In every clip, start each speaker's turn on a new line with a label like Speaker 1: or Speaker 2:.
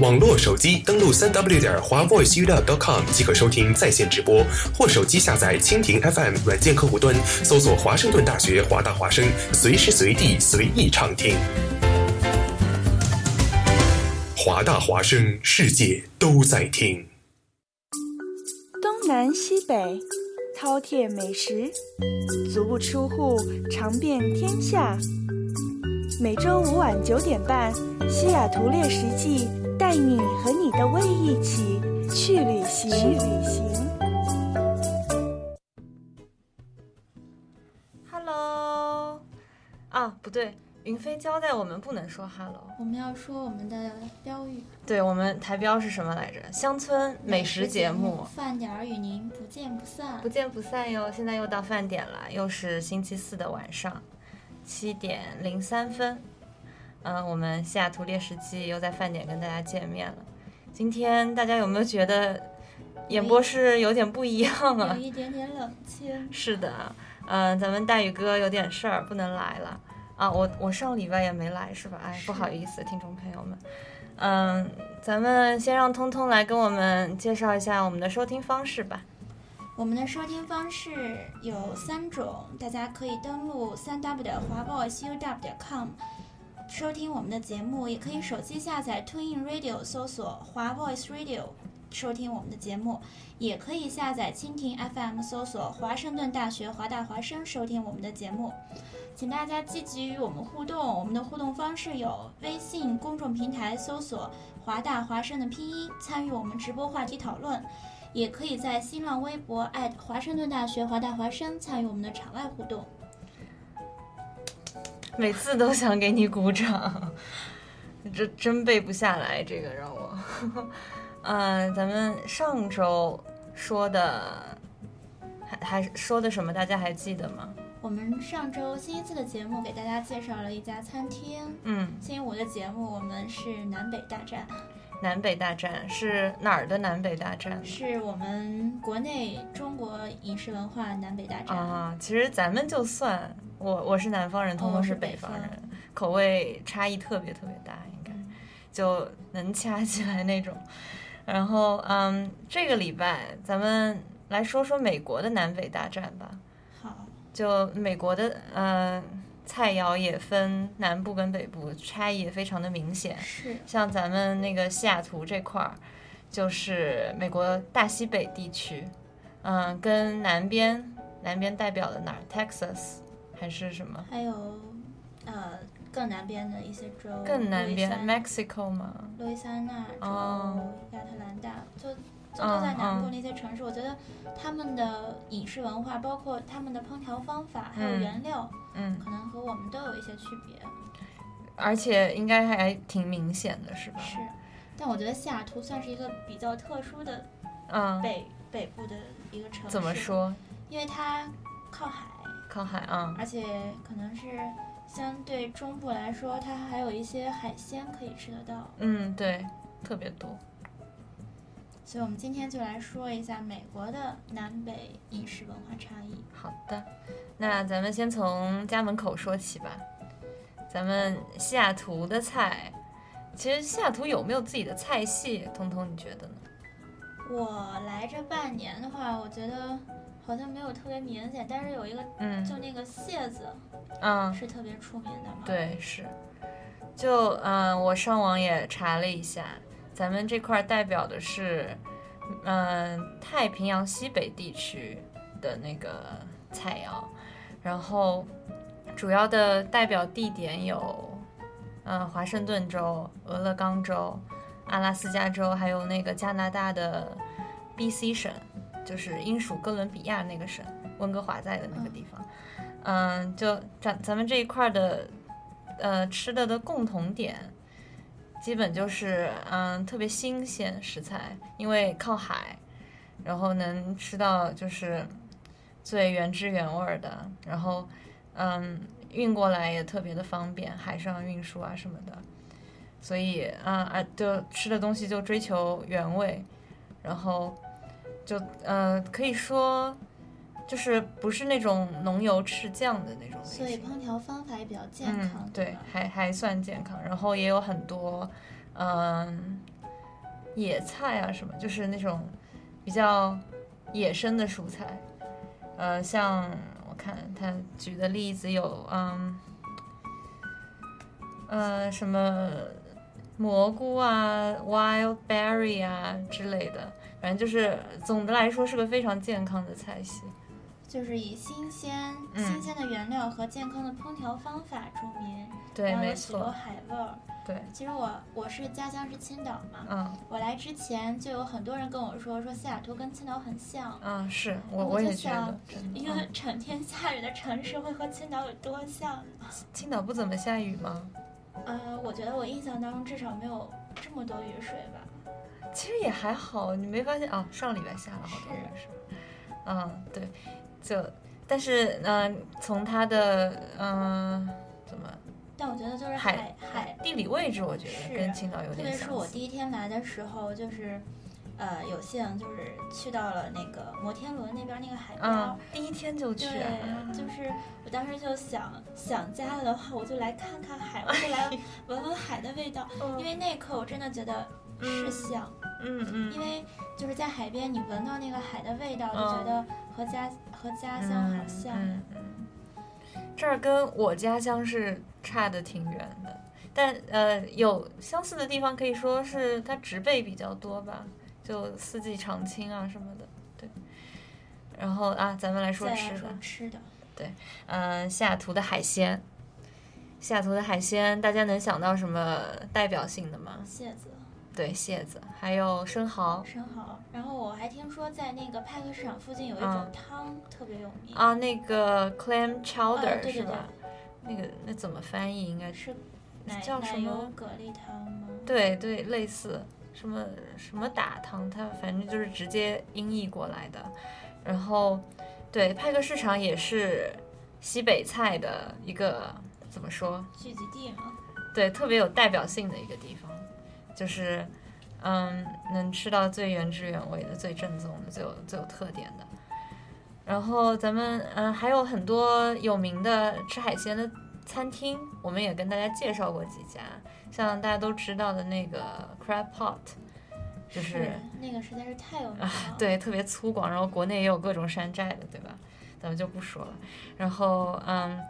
Speaker 1: 网络手机登录三 w 点华 voice u p .com 即可收听在线直播，或手机下载蜻蜓 FM 软件客户端，搜索华盛顿大学华大华声，随时随地随意畅听。华大华声，世界都在听。
Speaker 2: 东南西北，饕餮美食，足不出户，尝遍天下。每周五晚九点半，《西雅图猎食记》带你和你的胃一起去旅行。去旅行。
Speaker 3: Hello，啊，不对，云飞交代我们不能说 Hello。
Speaker 4: 我们要说我们的标语
Speaker 3: 对我们台标是什么来着？乡村美食节目，
Speaker 4: 饭点儿与您不见不散
Speaker 3: 不。见不散哟！现在又到饭点了，又是星期四的晚上，七点零三分。嗯、我们西雅图猎食记又在饭点跟大家见面了。今天大家有没有觉得演播室有点不一样啊
Speaker 4: 有？一点点冷清，
Speaker 3: 是的，嗯、咱们大宇哥有点事儿不能来了啊，我我上礼拜也没来是吧？哎，不好意思，听众朋友们，嗯，咱们先让通通来跟我们介绍一下我们的收听方式吧。
Speaker 4: 我们的收听方式有三种，大家可以登录三 w 的华 voice u w 点 com 收听我们的节目，也可以手机下载 TuneIn Radio 搜索华 voice radio 收听我们的节目，也可以下载蜻蜓 FM 搜索华盛顿大学华大华生收听我们的节目。请大家积极与我们互动，我们的互动方式有微信公众平台搜索“华大华生”的拼音，参与我们直播话题讨论。也可以在新浪微博华盛顿大学华大华生参与我们的场外互动。
Speaker 3: 每次都想给你鼓掌，这真背不下来，这个让我。 嗯、咱们上周说的，还还说的什么？大家还记得吗？
Speaker 4: 我们上周星期四的节目给大家介绍了一家餐厅，
Speaker 3: 嗯，
Speaker 4: 星期五的节目我们是南北大战，
Speaker 3: 南北大战是哪儿的南北大战？
Speaker 4: 是我们国内中国饮食文化南北大战。
Speaker 3: 啊，其实咱们就算我我是南方人，通通
Speaker 4: 哦
Speaker 3: 是
Speaker 4: 是
Speaker 3: 北
Speaker 4: 北
Speaker 3: 方
Speaker 4: 方
Speaker 3: 人，口味差异特别特别大，应该就能掐起来那种。然后，嗯，这个礼拜咱们来说说美国的南北大战吧。
Speaker 4: 好，
Speaker 3: 就美国的，呃，菜肴也分南部跟北部，差异也非常的明显。
Speaker 4: 是
Speaker 3: 像咱们那个西雅图这块儿，就是美国大西北地区，嗯，跟南边南边代表的哪儿？Texas 还是什么？
Speaker 4: 还有呃更南边的一些州，
Speaker 3: 更南边
Speaker 4: 路易斯
Speaker 3: ，Mexico 吗？
Speaker 4: 路易斯安那州、
Speaker 3: 哦
Speaker 4: 亚特兰大，就就
Speaker 3: 嗯
Speaker 4: 都在南部
Speaker 3: 嗯
Speaker 4: 那些城市。我觉得他们的饮食文化，包括他们的烹调方法，还有
Speaker 3: 嗯
Speaker 4: 原料，
Speaker 3: 嗯，
Speaker 4: 可能和我们都有一些区别。
Speaker 3: 而且应该还挺明显的，是吧？
Speaker 4: 是，但我觉得西雅图算是一个比较特殊的
Speaker 3: 嗯，
Speaker 4: 北、北部的一个城市。
Speaker 3: 怎么？说？
Speaker 4: 因为它靠海，
Speaker 3: 靠海啊，
Speaker 4: 而且可能是相对中部来说，它还有一些海鲜可以吃得到。
Speaker 3: 嗯，对，特别多。
Speaker 4: 所以我们今天就来说一下美国的南北饮食文化差异。
Speaker 3: 好的，那咱们先从家门口说起吧。咱们西雅图的菜，其实西雅图有没有自己的菜系？彤彤，你觉得呢？
Speaker 4: 我来这半年的话，我觉得好像没有特别明显，但是有一个就
Speaker 3: 嗯
Speaker 4: 那个蟹子
Speaker 3: 嗯，
Speaker 4: 是特别出名的嘛。，
Speaker 3: 对，是。就嗯、呃我上网也查了一下，咱们这块儿代表的是，嗯、太平洋西北地区的那个菜肴，然后主要的代表地点有，呃，华盛顿州、俄勒冈州、阿拉斯加州，还有那个加拿大的 B.C 省，就是英属哥伦比亚那个省，温哥华在的那个地方。嗯，就咱咱们这一块儿的，呃，吃的的共同点，基本就是嗯特别新鲜食材，因为靠海，然后能吃到就是最原汁原味儿的，然后嗯运过来也特别的方便，海上运输啊什么的，所以嗯啊就吃的东西就追求原味，然后就呃可以说。就是不是那种浓油赤酱的那种类型，
Speaker 4: 所以烹调方法也比较健康。
Speaker 3: 嗯、对
Speaker 4: 吧，
Speaker 3: 还还算健康。然后也有很多，嗯，野菜啊什么，就是那种比较野生的蔬菜。呃，像我看他举的例子有，嗯，呃，什么蘑菇啊、wild berry 啊之类的，反正就是总的来说是个非常健康的菜系。
Speaker 4: 就是以新鲜、
Speaker 3: 嗯
Speaker 4: 新鲜的原料和健康的烹调方法著名，
Speaker 3: 对，
Speaker 4: 然后
Speaker 3: 没
Speaker 4: 有许多
Speaker 3: 错，
Speaker 4: 海味儿。
Speaker 3: 对，
Speaker 4: 其实我我是家乡是青岛嘛，
Speaker 3: 嗯
Speaker 4: 我来之前就有很多人跟我说说西雅图跟青岛很像，
Speaker 3: 嗯，是我
Speaker 4: 我
Speaker 3: 我
Speaker 4: 就
Speaker 3: 也觉得
Speaker 4: 想，
Speaker 3: 真的
Speaker 4: 一
Speaker 3: 嗯
Speaker 4: 个整天下雨的城市会和青岛有多像？
Speaker 3: 青岛不怎么下雨吗？
Speaker 4: 呃，我觉得我印象当中至少没有这么多雨水吧。
Speaker 3: 其实也还好，你没发现啊？上礼拜下了好多雨是吧？嗯，对，就但是嗯、从它的嗯、怎么
Speaker 4: 但我觉得就是
Speaker 3: 海
Speaker 4: 海海，
Speaker 3: 地理位置，我觉
Speaker 4: 是
Speaker 3: 得跟青岛有
Speaker 4: 特
Speaker 3: 点
Speaker 4: 别是
Speaker 3: 像
Speaker 4: 我
Speaker 3: 似。
Speaker 4: 第一天来的时候，就是呃有幸就是去到了那个摩天轮那边那个海边儿。
Speaker 3: 嗯，第一天就去、
Speaker 4: 对
Speaker 3: 啊，，
Speaker 4: 就是我当时就想想家了的话，我就来看看海，我就来
Speaker 3: 哎
Speaker 4: 闻闻海的味道，因为那一刻我真的觉得是
Speaker 3: 嗯
Speaker 4: 像。
Speaker 3: 嗯嗯，
Speaker 4: 因为就是在海边，你闻到那个海的味道，就觉
Speaker 3: 嗯
Speaker 4: 得和家和家乡好像。
Speaker 3: 嗯嗯嗯这儿跟我家乡是差的挺远的，但呃有相似的地方，可以说是它植被比较多吧，就四季常青啊什么的。对，然后啊，咱们来说
Speaker 4: 再
Speaker 3: 吃
Speaker 4: 来
Speaker 3: 的
Speaker 4: 说，吃的，
Speaker 3: 嗯、西雅图的海鲜，西雅图的海鲜，大家能想到什么代表性的吗？
Speaker 4: 蟹子、
Speaker 3: 对，蟹子，还有生蚝
Speaker 4: 生蚝。然后我还听说在那个派克市场附近有一
Speaker 3: 嗯
Speaker 4: 种汤特别有名，
Speaker 3: 啊，那个 clam
Speaker 4: 呃
Speaker 3: chowder、
Speaker 4: 对
Speaker 3: 是
Speaker 4: 对对，
Speaker 3: 吧？那个那怎么翻译应该
Speaker 4: 是奶
Speaker 3: 叫什
Speaker 4: 奶
Speaker 3: 么
Speaker 4: 油蛤蜊汤吗？
Speaker 3: 对对，类似什么什么打汤，它反正就是直接音译过来的。然后，对派克市场也是西北菜的一个怎么说？
Speaker 4: 聚集地嘛。
Speaker 3: 对，特别有代表性的一个地方，就是嗯，能吃到最原汁原味的、最正宗的、最有最有特点的。然后咱们嗯还有很多有名的吃海鲜的餐厅，我们也跟大家介绍过几家，像大家都知道的那个 Crab Pot，就是啊
Speaker 4: 那个实在是太有名了。
Speaker 3: 对，特别粗犷，然后国内也有各种山寨的，对吧？咱们就不说了。然后，嗯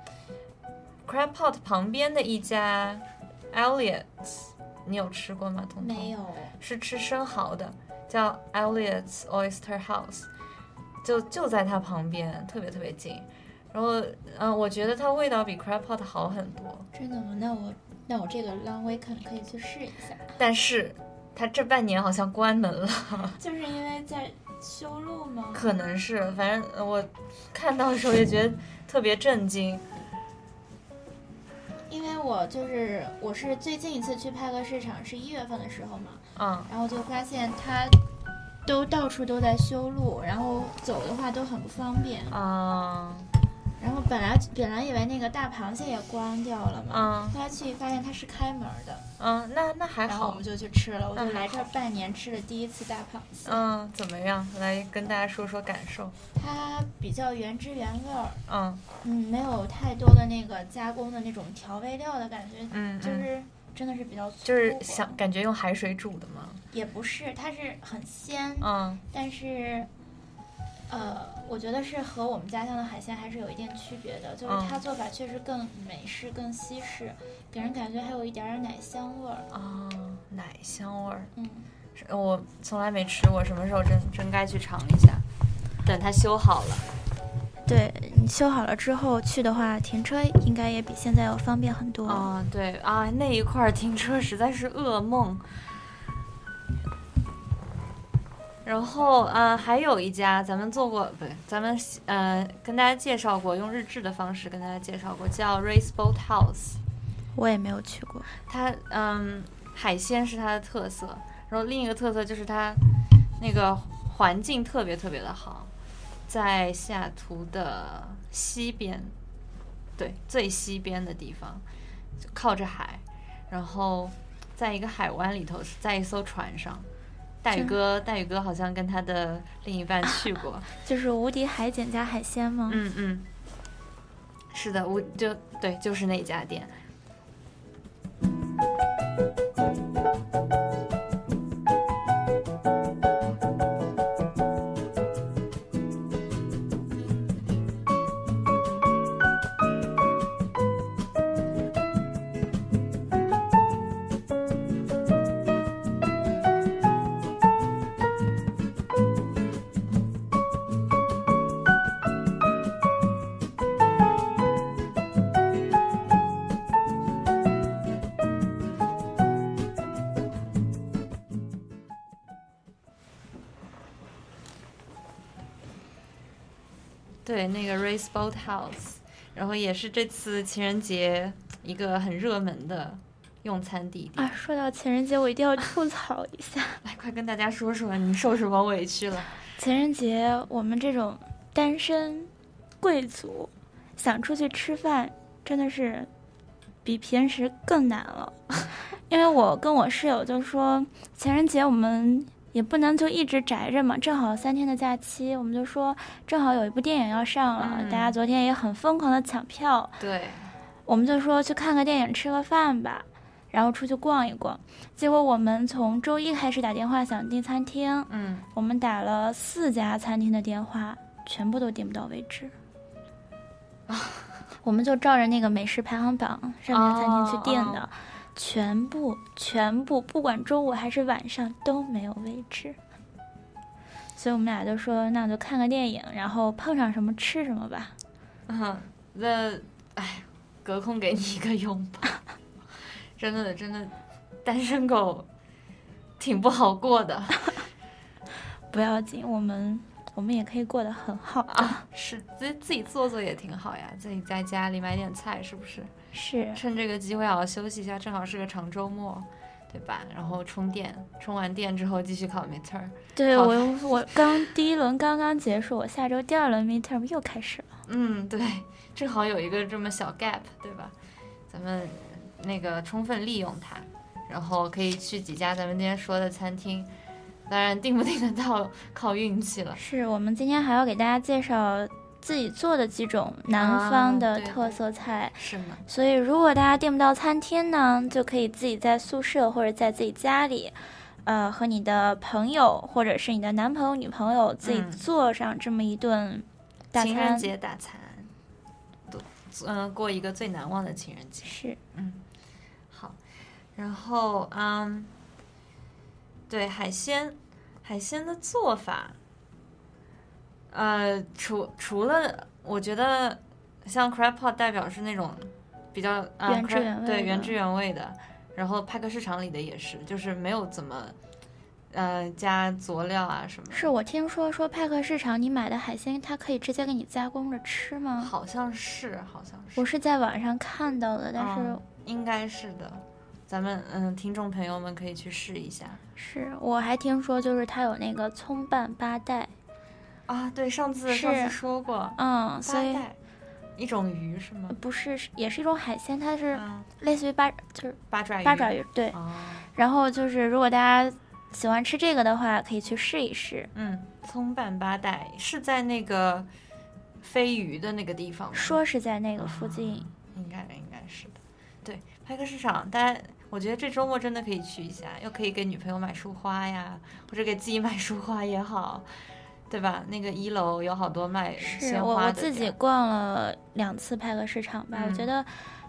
Speaker 3: ，Crab Pot 旁边的一家 Elliot，你有吃过吗？彤彤
Speaker 4: 没，有，
Speaker 3: 是吃生蚝的，叫 Elliot's Oyster House，就就在它旁边，特别特别近。然后，嗯，我觉得它味道比 Crab Pot 好很多，
Speaker 4: 真的吗？那我那我这个 long weekend 可以去试一下，
Speaker 3: 但是它这半年好像关门了。
Speaker 4: 就是因为在修路吗？
Speaker 3: 可能是，反正呃我看到的时候也觉得特别震惊。
Speaker 4: 因为我就是我是最近一次去派克市场是一月份的时候嘛，
Speaker 3: 嗯，
Speaker 4: 然后就发现它都到处都在修路，然后走的话都很不方便。
Speaker 3: 啊，
Speaker 4: 然后本来本来以为那个大螃蟹也关掉了嘛，
Speaker 3: 嗯
Speaker 4: 后来去发现它是开门的，
Speaker 3: 嗯，那那还
Speaker 4: 然后我
Speaker 3: 好
Speaker 4: 们，就去吃了。我就
Speaker 3: 嗯
Speaker 4: 来这儿半年吃了第一次大螃蟹，
Speaker 3: 嗯，怎么样？来跟大家说说感受，
Speaker 4: 它比较原汁原味儿，
Speaker 3: 嗯
Speaker 4: 嗯，没有太多的那个加工的那种调味料的感觉，
Speaker 3: 嗯，
Speaker 4: 就
Speaker 3: 嗯
Speaker 4: 是真的是比较粗
Speaker 3: 就是
Speaker 4: 犷
Speaker 3: 想感觉用海水煮的嘛，
Speaker 4: 也不是，它是很鲜，
Speaker 3: 嗯
Speaker 4: 但是，呃，我觉得是和我们家乡的海鲜还是有一定区别的，就是
Speaker 3: 嗯
Speaker 4: 它做法确实更美式、更西式，给人感觉还有一点儿奶香味儿。
Speaker 3: 啊，奶香味儿，
Speaker 4: 嗯，
Speaker 3: 是我从来没吃过，什么时候真真该去尝一下。等它修好了，
Speaker 4: 对你修好了之后去的话，停车应该也比现在要方便很多
Speaker 3: 啊、对啊，那一块儿停车实在是噩梦。然后，呃，还有一家咱们做过，不对，咱们呃跟大家介绍过，用日志的方式跟大家介绍过，叫 Race Boat House。
Speaker 4: 我也没有去过。
Speaker 3: 它嗯，海鲜是它的特色，然后另一个特色就是它那个环境特别特别的好，在西雅图的西边，对，最西边的地方，就靠着海，然后在一个海湾里头，在一艘船上。大宇
Speaker 4: 真
Speaker 3: 哥，大宇哥好像跟他的另一半去过，
Speaker 4: 啊 就是无敌海景加海鲜吗？
Speaker 3: 嗯嗯，是的，我就对，就是那家店。对，那个 Race Boat House，然后也是这次情人节一个很热门的用餐地点。
Speaker 4: 啊，说到情人节，我一定要 吐槽一下。
Speaker 3: 来，快跟大家说说你受什么委屈了？
Speaker 4: 情人节，我们这种单身贵族想出去吃饭，真的是比平时更难了。 因为我跟我室友就说，情人节我们也不能就一直宅着嘛，正好三天的假期，我们就说正好有一部电影要上了，
Speaker 3: 嗯
Speaker 4: 大家昨天也很疯狂的抢票，
Speaker 3: 对，
Speaker 4: 我们就说去看个电影，吃个饭吧，然后出去逛一逛。结果我们从周一开始打电话想订餐厅，
Speaker 3: 嗯，
Speaker 4: 我们打了四家餐厅的电话，全部都订不到位置。我们就照着那个美食排行榜上面的餐厅去订的，
Speaker 3: 哦
Speaker 4: 全部全部，不管中午还是晚上都没有位置。所以我们俩就说，那就看个电影，然后碰上什么吃什么吧。
Speaker 3: 嗯，那哎，隔空给你一个拥抱， 真的真的，单身狗挺不好过的
Speaker 4: 不要紧，我们我们也可以过得很好的。
Speaker 3: 啊，是自自己做做也挺好呀，自己在家里买点菜是不是？
Speaker 4: 是，
Speaker 3: 趁这个机会好好休息一下，正好是个长周末，对吧？然后充电，充完电之后继续考 midterm。
Speaker 4: 对
Speaker 3: 好
Speaker 4: 我我刚第一轮刚刚结束，我下周第二轮 midterm 又开始了。
Speaker 3: 嗯，对，正好有一个这么小 gap，对吧？咱们那个充分利用它，然后可以去几家咱们今天说的餐厅。当然订不订得到靠运气了。
Speaker 4: 是我们今天还要给大家介绍自己做的几种南
Speaker 3: 啊
Speaker 4: 方的特色菜，
Speaker 3: 是吗？
Speaker 4: 所以如果大家订不到餐厅呢，就可以自己在宿舍或者在自己家里。呃，和你的朋友或者是你的男朋友、女朋友自己
Speaker 3: 嗯
Speaker 4: 做上这么一顿大餐，
Speaker 3: 情人节大餐，都嗯、过一个最难忘的情人节。
Speaker 4: 是
Speaker 3: 嗯，好，然后嗯，对海鲜，海鲜的做法，呃，除除了我觉得像 crab pot 代表是那种比较、呃、
Speaker 4: 原汁
Speaker 3: crab-
Speaker 4: 原味的
Speaker 3: 对原汁原味的，然后派克市场里的也是，就是没有怎么呃加佐料啊什么的，
Speaker 4: 是我听说说派克市场你买的海鲜，它可以直接给你加工着吃吗？
Speaker 3: 好像是好像是
Speaker 4: 我是在网上看到的，但是
Speaker 3: 嗯应该是的。咱们嗯，听众朋友们可以去试一下
Speaker 5: 是我还听说，就是它有那个葱拌八代，
Speaker 3: 啊。对，上次
Speaker 5: 是
Speaker 3: 上次说过，
Speaker 5: 嗯，所
Speaker 3: 八
Speaker 5: 以
Speaker 3: 代一种鱼是吗？
Speaker 5: 不是是也是一种海鲜，它是
Speaker 3: 啊，
Speaker 5: 类似于八就是
Speaker 3: 八爪鱼。
Speaker 5: 八爪鱼，对。
Speaker 3: 哦，
Speaker 5: 然后就是如果大家喜欢吃这个的话，可以去试一试。
Speaker 3: 嗯，葱拌八代是在那个飞鱼的那个地方吗？
Speaker 5: 说是在
Speaker 3: 啊
Speaker 5: 那个附近，
Speaker 3: 应该应该是的。对，拍客市场，大家我觉得这周末真的可以去一下，又可以给女朋友买束花呀，或者给自己买束花也好，对吧？那个一楼有好多卖
Speaker 5: 是
Speaker 3: 鲜
Speaker 5: 我
Speaker 3: 花
Speaker 5: 我
Speaker 3: 的
Speaker 5: 自己
Speaker 3: 店
Speaker 5: 逛了两次派克市场吧，我觉
Speaker 3: 嗯
Speaker 5: 得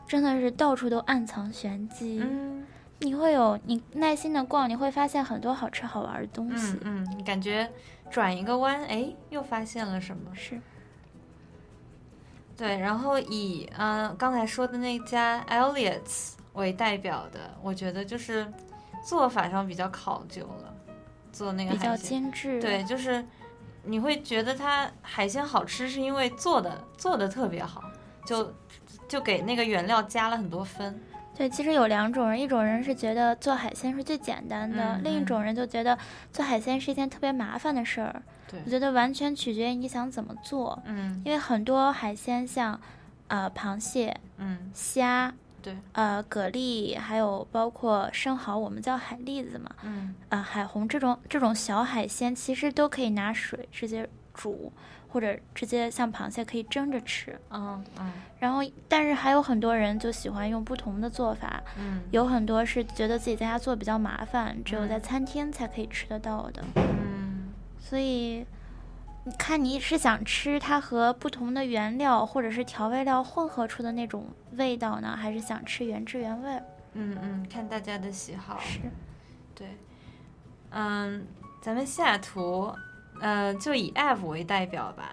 Speaker 5: 真的是到处都暗藏玄机。
Speaker 3: 嗯
Speaker 5: 你会有你耐心的逛，你会发现很多好吃好玩的东西
Speaker 3: 嗯。嗯，你感觉转一个弯，哎，又发现了什么？
Speaker 5: 是，
Speaker 3: 对，然后以嗯、呃刚才说的那家 Elliot's 为代表的，我觉得就是做法上比较考究了，做那个
Speaker 5: 比较
Speaker 3: 海鲜，
Speaker 5: 精致。
Speaker 3: 对，，就是你会觉得它海鲜好吃，是因为做的做的特别好，就就给那个原料加了很多分。
Speaker 5: 对，其实有两种人，一种人是觉得做海鲜是最简单的，
Speaker 3: 嗯
Speaker 5: 另一
Speaker 3: 嗯
Speaker 5: 种人就觉得做海鲜是一件特别麻烦的事儿。
Speaker 3: 对
Speaker 5: 我觉得完全取决于你想怎么做，
Speaker 3: 嗯
Speaker 5: 因为很多海鲜像，呃，螃蟹、
Speaker 3: 嗯，
Speaker 5: 虾，
Speaker 3: 对，
Speaker 5: 呃，蛤蜊，还有包括生蚝，我们叫海蛎子嘛，
Speaker 3: 嗯
Speaker 5: 啊、海虹这种这种小海鲜，其实都可以拿水直接煮，或者直接像螃蟹可以蒸着吃。
Speaker 3: 嗯嗯
Speaker 5: 然后，但是还有很多人就喜欢用不同的做法，
Speaker 3: 嗯，
Speaker 5: 有很多是觉得自己在家做比较麻烦，只有在
Speaker 3: 嗯
Speaker 5: 餐厅才可以吃得到的。
Speaker 3: 嗯
Speaker 5: 所以，你看你是想吃它和不同的原料或者是调味料混合出的那种味道呢，还是想吃原汁原味儿？
Speaker 3: 嗯嗯，看大家的喜好。
Speaker 5: 是，
Speaker 3: 对，嗯，咱们下图，呃，就以 App 为代表吧。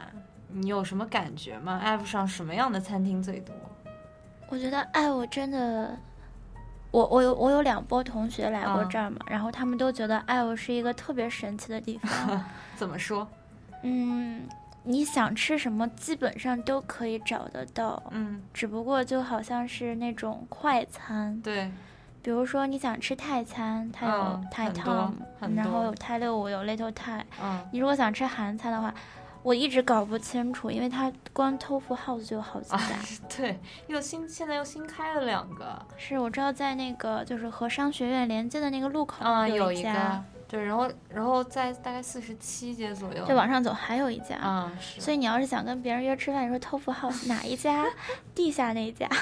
Speaker 3: 你有什么感觉吗？App 上什么样的餐厅最多？
Speaker 5: 我觉得，哎，我真的。我我有我有两波同学来过
Speaker 3: 嗯
Speaker 5: 这儿嘛，然后他们都觉得爱我是一个特别神奇的地 方。
Speaker 3: 怎么说？
Speaker 5: 嗯，你想吃什么基本上都可以找得到，
Speaker 3: 嗯，
Speaker 5: 只不过就好像是那种快餐，
Speaker 3: 对，
Speaker 5: 比如说你想吃泰餐，它有
Speaker 3: 嗯
Speaker 5: 泰
Speaker 3: 很多
Speaker 5: 汤，
Speaker 3: 很
Speaker 5: 然后
Speaker 3: 多
Speaker 5: 有泰六五，有 Little Thai。
Speaker 3: 嗯，
Speaker 5: 你如果想吃韩餐的话，我一直搞不清楚，因为它光 Tofu House 就有好几家。
Speaker 3: 啊对，又新现在又新开了两个，
Speaker 5: 是我知道在那个就是和商学院连接的那个路口
Speaker 3: 嗯，有
Speaker 5: 一
Speaker 3: 一
Speaker 5: 家
Speaker 3: 个，，对，然后然后在大概四十七街左右，
Speaker 5: 再往上走还有一家。
Speaker 3: 嗯，是，
Speaker 5: 所以你要是想跟别人约吃饭，你说 Tofu House 哪一家？地下那一家
Speaker 3: 啊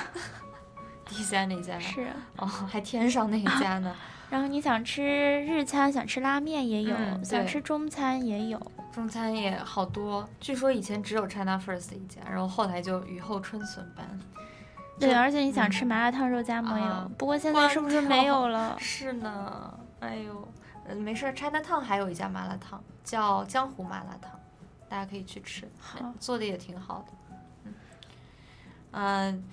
Speaker 3: 地下那家
Speaker 5: 是。
Speaker 3: 哦，还天上那一家呢，
Speaker 5: 然后你想吃日餐，想吃拉面也有，
Speaker 3: 嗯
Speaker 5: 想
Speaker 3: 对
Speaker 5: 吃中餐也有。
Speaker 3: 中餐也好多，据说以前只有 China First 一家，然后后来就雨后春笋般。
Speaker 5: 对，
Speaker 3: 就
Speaker 5: 而且你想
Speaker 3: 嗯
Speaker 5: 吃麻辣烫、肉夹馍也有，
Speaker 3: 啊
Speaker 5: 不过现在是不是没有了？
Speaker 3: 是呢，哎呦，呃没事儿，China Town 还有一家麻辣烫叫江湖麻辣烫，大家可以去吃，哎
Speaker 5: 好
Speaker 3: 做的也挺好的。嗯，嗯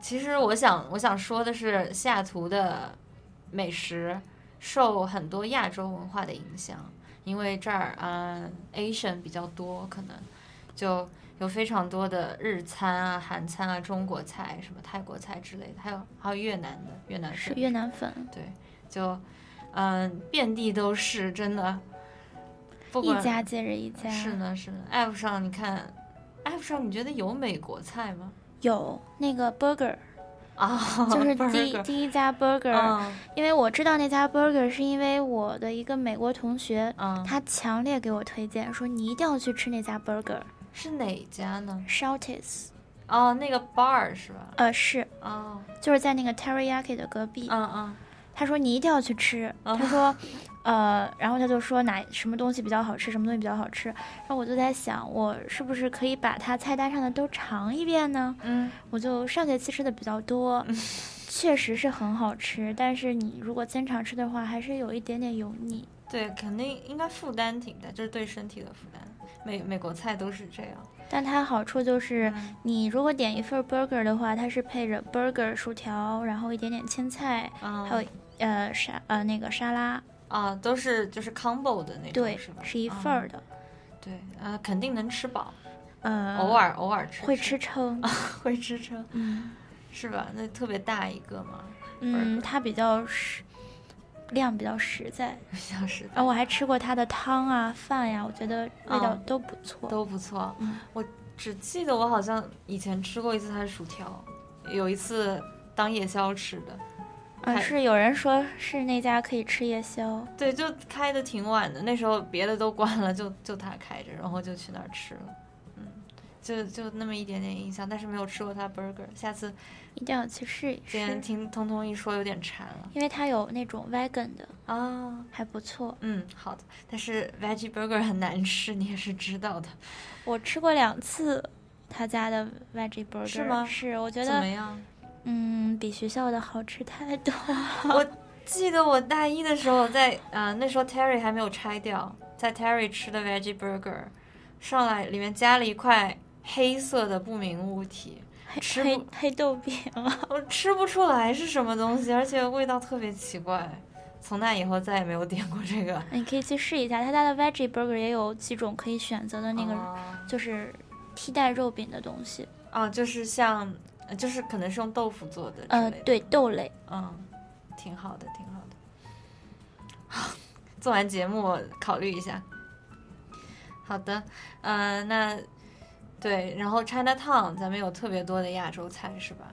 Speaker 3: 其实我想我想说的是，西雅图的美食受很多亚洲文化的影响，因为这儿嗯 Asian 比较多，可能就。有非常多的日餐啊、韩餐啊、中国菜、什么泰国菜之类的，还有还有越南的越南
Speaker 5: 是
Speaker 3: 粉
Speaker 5: 越南粉，
Speaker 3: 对，就嗯、遍地都是，真的。不
Speaker 5: 一
Speaker 3: 管
Speaker 5: 家接着一家。
Speaker 3: 是呢是呢，app 上你看，app 上你觉得有美国菜 吗？
Speaker 5: 有那个 burger，
Speaker 3: 啊，
Speaker 5: 就是第
Speaker 3: burger
Speaker 5: 第一家 burger，、
Speaker 3: 嗯
Speaker 5: 因为我知道那家 burger 是因为我的一个美国同学，
Speaker 3: 嗯，
Speaker 5: 他强烈给我推荐，说你一定要去吃那家 burger
Speaker 3: 是哪家呢？
Speaker 5: s h o u t e s
Speaker 3: 哦，那个 bar 是吧？
Speaker 5: 呃，是，
Speaker 3: 哦，
Speaker 5: 就是在那个 teriyaki 的隔壁。
Speaker 3: 嗯嗯
Speaker 5: 他说你一定要去吃。
Speaker 3: 啊
Speaker 5: 他说，呃，然后他就说哪什么东西比较好吃，什么东西比较好吃。然后我就在想，我是不是可以把他菜单上的都尝一遍呢？
Speaker 3: 嗯
Speaker 5: 我就上学期吃的比较多， 确实是很好吃，但是你如果经常吃的话，还是有一点点油腻。
Speaker 3: 对，肯定应该负担挺大，就是对身体的负担。美美国菜都是这样，
Speaker 5: 但它好处就是，
Speaker 3: 嗯
Speaker 5: 你如果点一份 burger 的话，它是配着 burger 薯条，然后一点点青菜，还
Speaker 3: 嗯
Speaker 5: 有呃沙呃那个沙拉，
Speaker 3: 啊，都是就是 combo 的那种，
Speaker 5: 对
Speaker 3: 是吧，？
Speaker 5: 是一份儿
Speaker 3: 嗯
Speaker 5: 的，
Speaker 3: 对，啊，肯定能吃饱，
Speaker 5: 呃，
Speaker 3: 偶尔偶尔吃啊
Speaker 5: 会吃撑，
Speaker 3: 会支撑。
Speaker 5: 嗯，
Speaker 3: 是吧？那特别大一个嘛，
Speaker 5: 嗯，它比较实，量比较实在。
Speaker 3: 比较实
Speaker 5: 啊，我还吃过它的汤啊、饭呀、我觉得味道
Speaker 3: 嗯
Speaker 5: 都不错。
Speaker 3: 都不错。
Speaker 5: 嗯
Speaker 3: 我只记得我好像以前吃过一次它的薯条，有一次当夜宵吃的。
Speaker 5: 啊，
Speaker 3: 还
Speaker 5: 是有人说是那家可以吃夜宵。
Speaker 3: 对，就开的挺晚的，那时候别的都关了，就就它开着，然后就去那儿吃了。嗯，就就那么一点点印象，但是没有吃过它 burger。下次
Speaker 5: 一定要去试一
Speaker 3: 今天
Speaker 5: 试，
Speaker 3: 听通通一说，有点馋了
Speaker 5: 因为它有那种 vegan 的，
Speaker 3: 啊。
Speaker 5: 还不错。
Speaker 3: 嗯，好的。但是 veggie burger 很难吃，你也是知道的。
Speaker 5: 我吃过两次他家的 veggie burger，
Speaker 3: 是吗
Speaker 5: 是，我觉
Speaker 3: 怎么
Speaker 5: 得
Speaker 3: 样？
Speaker 5: 嗯，比学校的好吃太多。
Speaker 3: 记得我大一的时候在，呃，那时候 Terry 还没有拆掉，在 Terry 吃的 veggie burger，上来里面加了一块黑色的不明物体，
Speaker 5: 黑
Speaker 3: 吃
Speaker 5: 黑
Speaker 3: 不
Speaker 5: 黑豆饼 啊，
Speaker 3: 我吃不出来是什么东西，而且味道特别奇怪。从那以后再也没有点过这个。
Speaker 5: 你可以去试一下，他家的 veggie burger 也有几种可以选择的那个，
Speaker 3: 啊、
Speaker 5: 就是替代肉饼的东西。
Speaker 3: 啊就是像，呃就是可能是用豆腐做的之
Speaker 5: 呃
Speaker 3: 类的，
Speaker 5: 对，豆类。
Speaker 3: 嗯，挺好的，挺好的。 做完节目我考虑一下。好的，呃，那对，然后 China Town 咱们有特别多的亚洲菜是吧？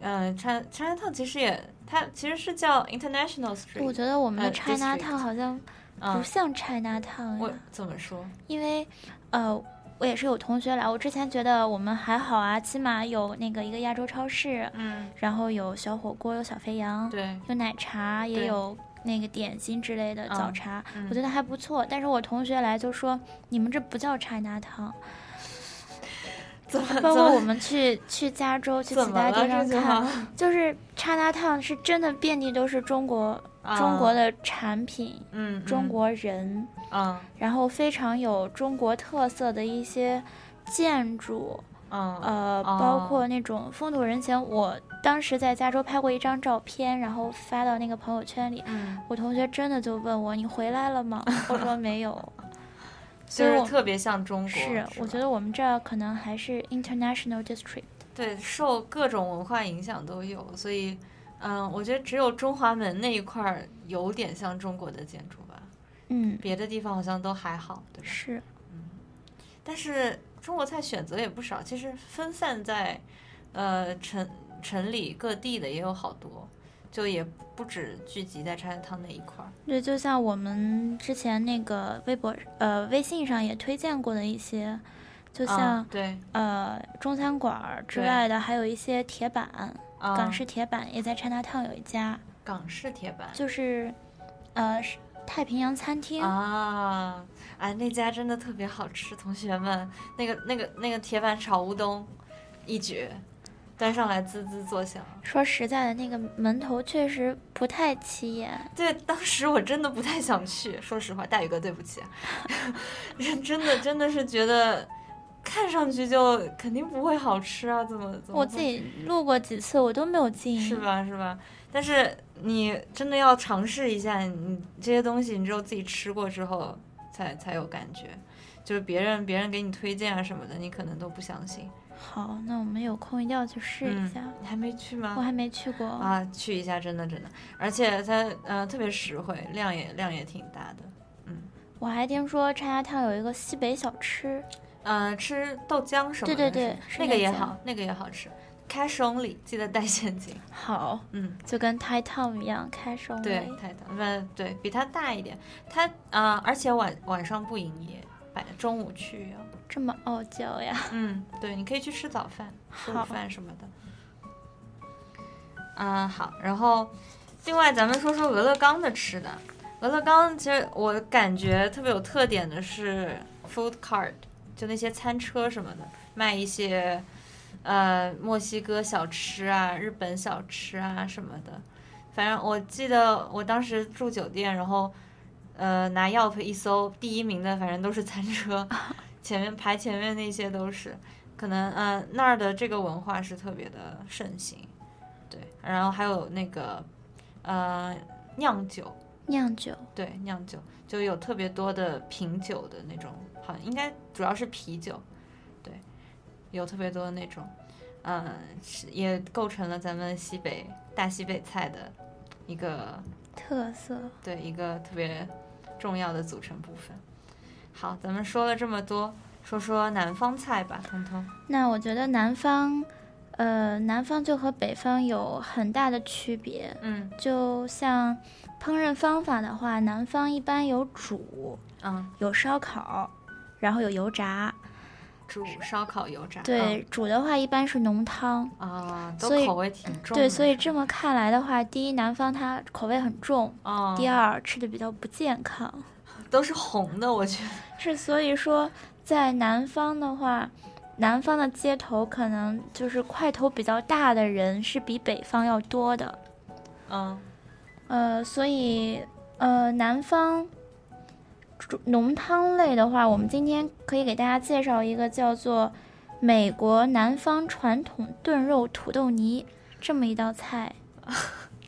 Speaker 3: 嗯、c h i n a China Town 其实也，它其实是叫 International
Speaker 5: 我
Speaker 3: Street
Speaker 5: 觉得我们的
Speaker 3: 呃
Speaker 5: China
Speaker 3: district
Speaker 5: Town 好像
Speaker 3: 嗯
Speaker 5: 不像 China Town，、
Speaker 3: 我怎么说？
Speaker 5: 因为呃。我也是有同学来，我之前觉得我们还好啊，起码有那个一个亚洲超市，
Speaker 3: 嗯，
Speaker 5: 然后有小火锅，有小肥羊，
Speaker 3: 对，
Speaker 5: 有奶茶，也
Speaker 3: 对
Speaker 5: 有那个点心之类的
Speaker 3: 嗯
Speaker 5: 早茶，
Speaker 3: 嗯
Speaker 5: 我觉得还不错。但是我同学来就说你们这不叫 China Town，
Speaker 3: 怎么
Speaker 5: 包括我
Speaker 3: 怎么
Speaker 5: 们去去加州去
Speaker 3: 怎
Speaker 5: 其
Speaker 3: 么
Speaker 5: 他
Speaker 3: 了
Speaker 5: 地
Speaker 3: 这
Speaker 5: 方
Speaker 3: 句
Speaker 5: 看，
Speaker 3: 话？
Speaker 5: 就是 China Town 是真的遍地都是中国、中国
Speaker 3: 啊，
Speaker 5: 的产品、
Speaker 3: 嗯，
Speaker 5: 中
Speaker 3: 嗯，
Speaker 5: 国人，
Speaker 3: 嗯
Speaker 5: 然后非常有中国特色的一些建筑，
Speaker 3: 嗯
Speaker 5: 呃，
Speaker 3: 哦
Speaker 5: 包括那种风土人情。我当时在加州拍过一张照片，然后发到那个朋友圈里。
Speaker 3: 嗯，
Speaker 5: 我同学真的就问我：“你回来了吗？” 我说没有。所
Speaker 3: 就
Speaker 5: 以
Speaker 3: 是
Speaker 5: 我
Speaker 3: 特别像中国，
Speaker 5: 是，我
Speaker 3: 吧
Speaker 5: 觉得我们这儿可能还是 international district。
Speaker 3: 对，受各种文化影响都有，所以，嗯，我觉得只有中华门那一块儿有点像中国的建筑吧，
Speaker 5: 嗯，
Speaker 3: 别的地方好像都还好，对吧？
Speaker 5: 是，
Speaker 3: 但是中国菜选择也不少，其实分散在，呃，城城里各地的也有好多，就也不止聚集在 China Town 那一块儿。
Speaker 5: 对，就像我们之前那个微博、呃微信上也推荐过的一些，就像
Speaker 3: 嗯、、对，
Speaker 5: 呃中餐馆儿之
Speaker 3: 对
Speaker 5: 外的，还有一些铁板，
Speaker 3: 嗯
Speaker 5: 港式铁板也在 China Town 有一家，
Speaker 3: 港式铁板
Speaker 5: 就是呃是太平洋餐厅。
Speaker 3: 啊，哎，那家真的特别好吃，同学们，那个那个那个铁板炒乌冬，一绝，端上来滋滋作响。
Speaker 5: 说实在的，那个门头确实不太起眼。
Speaker 3: 对，当时我真的不太想去，说实话，大宇哥对不起啊， 真的真的是觉得看上去就肯定不会好吃啊，怎么怎么
Speaker 5: 我
Speaker 3: 会
Speaker 5: 自己录过几次，我都没有进。
Speaker 3: 是？吧是吧？但是你真的要尝试一下，你这些东西你只有自己吃过之后才才有感觉，就是别人别人给你推荐啊什么的，你可能都不相信。
Speaker 5: 好，那我们有空一定要去试一下。
Speaker 3: 嗯、你还没去
Speaker 5: 我
Speaker 3: 吗？
Speaker 5: 还没去过，
Speaker 3: 啊，去一下，真的真的，而且它呃特别实惠，量也量也挺大的。
Speaker 5: 我还听说 China Town 有一个西北小吃，
Speaker 3: 嗯、吃豆浆什么的，
Speaker 5: 对对对
Speaker 3: 是
Speaker 5: 是
Speaker 3: 那个
Speaker 5: 那
Speaker 3: 也
Speaker 5: 家
Speaker 3: 好，那个也好吃。cash only，记得带现金。
Speaker 5: 好，
Speaker 3: 嗯，
Speaker 5: 就跟 Thai Town 一样开收
Speaker 3: 对，太大，不，对比它大一点。它啊、而且晚晚上不营业，晚中午去啊要。
Speaker 5: 这么傲娇呀？
Speaker 3: 嗯，对，你可以去吃早饭、吃午
Speaker 5: 好
Speaker 3: 饭什么的。嗯，好，然后另外咱们说说俄勒冈的吃的。俄勒冈其实我感觉特别有特点的是 food cart，就那些餐车什么的，卖一些呃墨西哥小吃啊、日本小吃啊什么的。反正我记得我当时住酒店，然后呃拿 Yelp 一搜，第一名的反正都是餐车，前面排前面那些都是。可能呃那儿的这个文化是特别的盛行，对，然后还有那个呃酿酒，
Speaker 5: 酿酒，
Speaker 3: 对，酿酒就有特别多的品酒的那种，好像应该主要是啤酒，对，有特别多的那种。呃，是也构成了咱们西北大西北菜的一个
Speaker 5: 特色。
Speaker 3: 对
Speaker 5: 嗯
Speaker 3: 一个特别重要的组成部分。好，咱们说了这么多，说说南方菜吧，通通。
Speaker 5: 那我觉得南方，呃，南方就和北方有很大的区别。
Speaker 3: 嗯
Speaker 5: 就像烹饪方法的话，南方一般有煮，
Speaker 3: 嗯，
Speaker 5: 有烧烤，然后有油炸。
Speaker 3: 煮、烧烤、油炸。
Speaker 5: 对，煮的话一般是浓汤。
Speaker 3: 嗯啊、都
Speaker 5: 所以
Speaker 3: 口味挺重的。
Speaker 5: 对，所以这么看来的话，第一，南方它口味很重；
Speaker 3: 哦，
Speaker 5: 第二，吃的比较不健康。
Speaker 3: 都是红的，我觉得。
Speaker 5: 是，所以说在南方的话，南方的街头可能就是块头比较大的人是比北方要多的。
Speaker 3: 嗯
Speaker 5: 呃，所以呃，南方煮浓汤类的话，我们今天可以给大家介绍一个叫做美国南方传统炖肉土豆泥这么一道菜，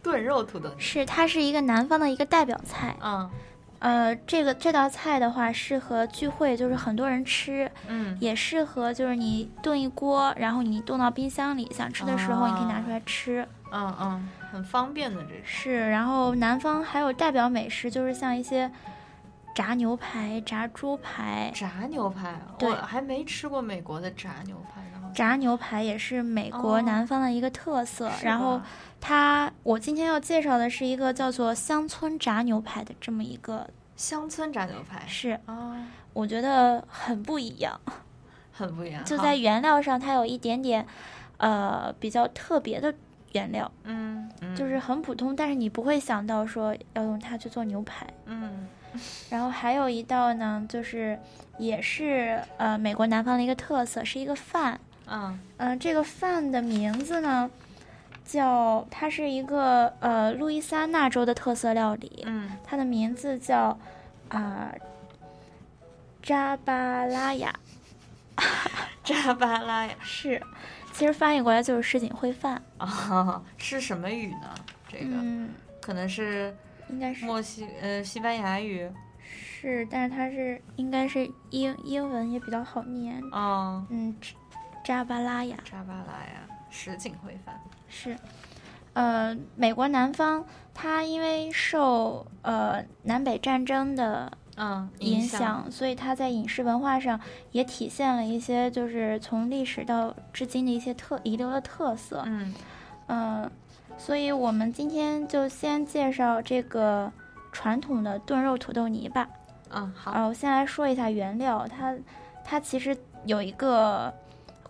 Speaker 3: 炖肉土豆泥。
Speaker 5: 是它是一个南方的一个代表菜。
Speaker 3: 嗯
Speaker 5: 呃，这个这道菜的话，适合聚会，就是很多人吃，
Speaker 3: 嗯
Speaker 5: 也适合就是你炖一锅，然后你冻到冰箱里，想吃的时候你可以拿出来吃。
Speaker 3: 嗯嗯，很方便的，这是。
Speaker 5: 是，然后南方还有代表美食，就是像一些炸牛排、炸猪排。
Speaker 3: 炸牛排，
Speaker 5: 对
Speaker 3: 我还没吃过美国的炸牛排，然后
Speaker 5: 炸牛排也是美国
Speaker 3: 哦
Speaker 5: 南方的一个特色，
Speaker 3: 是
Speaker 5: 然后
Speaker 3: 吧
Speaker 5: 它，我今天要介绍的是一个叫做乡村炸牛排的这么一个，
Speaker 3: 乡村炸牛排
Speaker 5: 是
Speaker 3: 哦，
Speaker 5: 我觉得很不一样，
Speaker 3: 很不一样。
Speaker 5: 就
Speaker 3: 好
Speaker 5: 在原料上它有一点点，呃，比较特别的原料，
Speaker 3: 嗯，嗯
Speaker 5: 就是很普通，但是你不会想到说要用它去做牛排。
Speaker 3: 嗯
Speaker 5: 然后还有一道呢，就是也是呃美国南方的一个特色，是一个饭。
Speaker 3: 嗯
Speaker 5: 嗯、这个饭的名字呢，叫它是一个呃路易斯安那州的特色料理，
Speaker 3: 嗯
Speaker 5: 它的名字叫啊、扎巴拉雅
Speaker 3: 扎巴拉呀，
Speaker 5: 是，其实翻译过来就是什锦烩饭。
Speaker 3: 哦， 是什么语呢？这个、
Speaker 5: 嗯，
Speaker 3: 可能是
Speaker 5: 应该是
Speaker 3: 墨西呃西班牙语
Speaker 5: 是，但是它是应该是英英文也比较好念。
Speaker 3: 哦，
Speaker 5: 嗯，扎巴拉雅。
Speaker 3: 扎巴拉呀，什锦烩饭。
Speaker 5: 是，呃，美国南方它因为受呃南北战争的
Speaker 3: 嗯，
Speaker 5: 影
Speaker 3: 响
Speaker 5: 响，所以它在饮食文化上也体现了一些就是从历史到至今的一些特遗留的特色。
Speaker 3: 嗯
Speaker 5: 嗯、所以我们今天就先介绍这个传统的炖肉土豆泥吧。
Speaker 3: 嗯好
Speaker 5: 啊，我先来说一下原料，它它其实有一个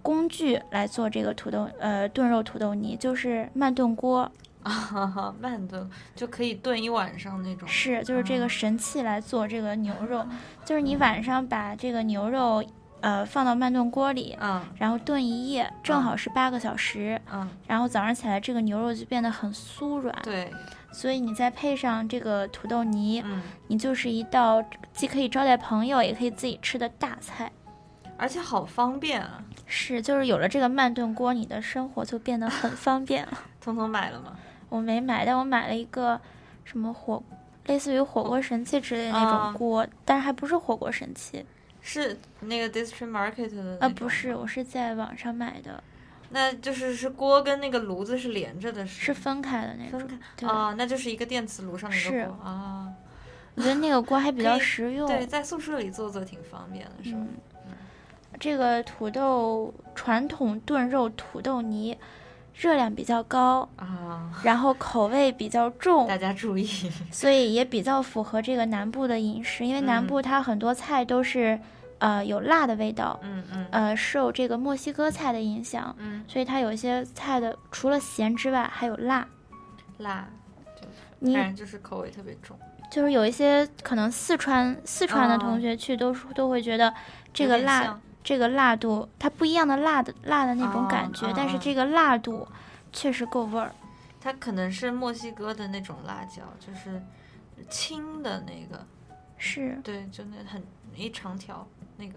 Speaker 5: 工具来做这个土豆呃炖肉土豆泥，就是慢炖锅，
Speaker 3: 啊，慢炖就可以炖一晚上那种。
Speaker 5: 是就是这
Speaker 3: 哦
Speaker 5: 个神器来做这个牛肉，就是你
Speaker 3: 嗯
Speaker 5: 晚上把这个牛肉呃放到慢炖锅里。
Speaker 3: 嗯
Speaker 5: 然后炖一夜，正
Speaker 3: 嗯
Speaker 5: 好是八个小时。
Speaker 3: 嗯，
Speaker 5: 然后早上起来，这个牛肉就变得很酥软。
Speaker 3: 对，
Speaker 5: 所以你再配上这个土豆泥，
Speaker 3: 嗯。
Speaker 5: 你就是一道既可以招待朋友，也可以自己吃的大菜。
Speaker 3: 而且好方便啊！
Speaker 5: 是，就是有了这个慢炖锅，你的生活就变 得很方便了。
Speaker 3: 彤彤买了吗？
Speaker 5: 我没买，但我买了一个什么火，类似于火锅神器之类的那
Speaker 3: 啊
Speaker 5: 种锅，但是还不是火锅神器
Speaker 3: 是那个 District Market 的那
Speaker 5: 啊，
Speaker 3: 种
Speaker 5: 不是，，我是在网上买的，
Speaker 3: 那就是是锅跟那个炉子是连着的，
Speaker 5: 是
Speaker 3: 是
Speaker 5: 分开的那种。
Speaker 3: 分开
Speaker 5: 对，
Speaker 3: 啊、那就是一个电磁炉上的一
Speaker 5: 是
Speaker 3: 个锅啊。
Speaker 5: 我觉得那个锅还比较
Speaker 3: 可以
Speaker 5: 实用。
Speaker 3: 对，在宿舍里做做挺方便的，是吧？
Speaker 5: 嗯，这个土豆传统炖肉土豆泥，热量比较高，
Speaker 3: 啊，
Speaker 5: 然后口味比较重
Speaker 3: 大，家注意，
Speaker 5: 所以也比较符合这个南部的饮食，因为南
Speaker 3: 嗯
Speaker 5: 部它很多菜都是，呃，有辣的味道，
Speaker 3: 嗯嗯
Speaker 5: 呃，受这个墨西哥菜的影响，
Speaker 3: 嗯，
Speaker 5: 所以它有一些菜的除了咸之外还有辣。
Speaker 3: 辣，
Speaker 5: 你
Speaker 3: 反正就是口味特别重，
Speaker 5: 就是有一些可能四川四川的
Speaker 3: 哦
Speaker 5: 同学去都说都会觉得这
Speaker 3: 有
Speaker 5: 个
Speaker 3: 点
Speaker 5: 辣
Speaker 3: 像
Speaker 5: 这个辣度，它不一样的辣的辣的那种感觉，
Speaker 3: 哦嗯
Speaker 5: 但是
Speaker 3: 嗯
Speaker 5: 这个辣度确实够味儿。
Speaker 3: 它可能是墨西哥的那种辣椒，就是青的那个，
Speaker 5: 是，
Speaker 3: 对，就那很一长条那个，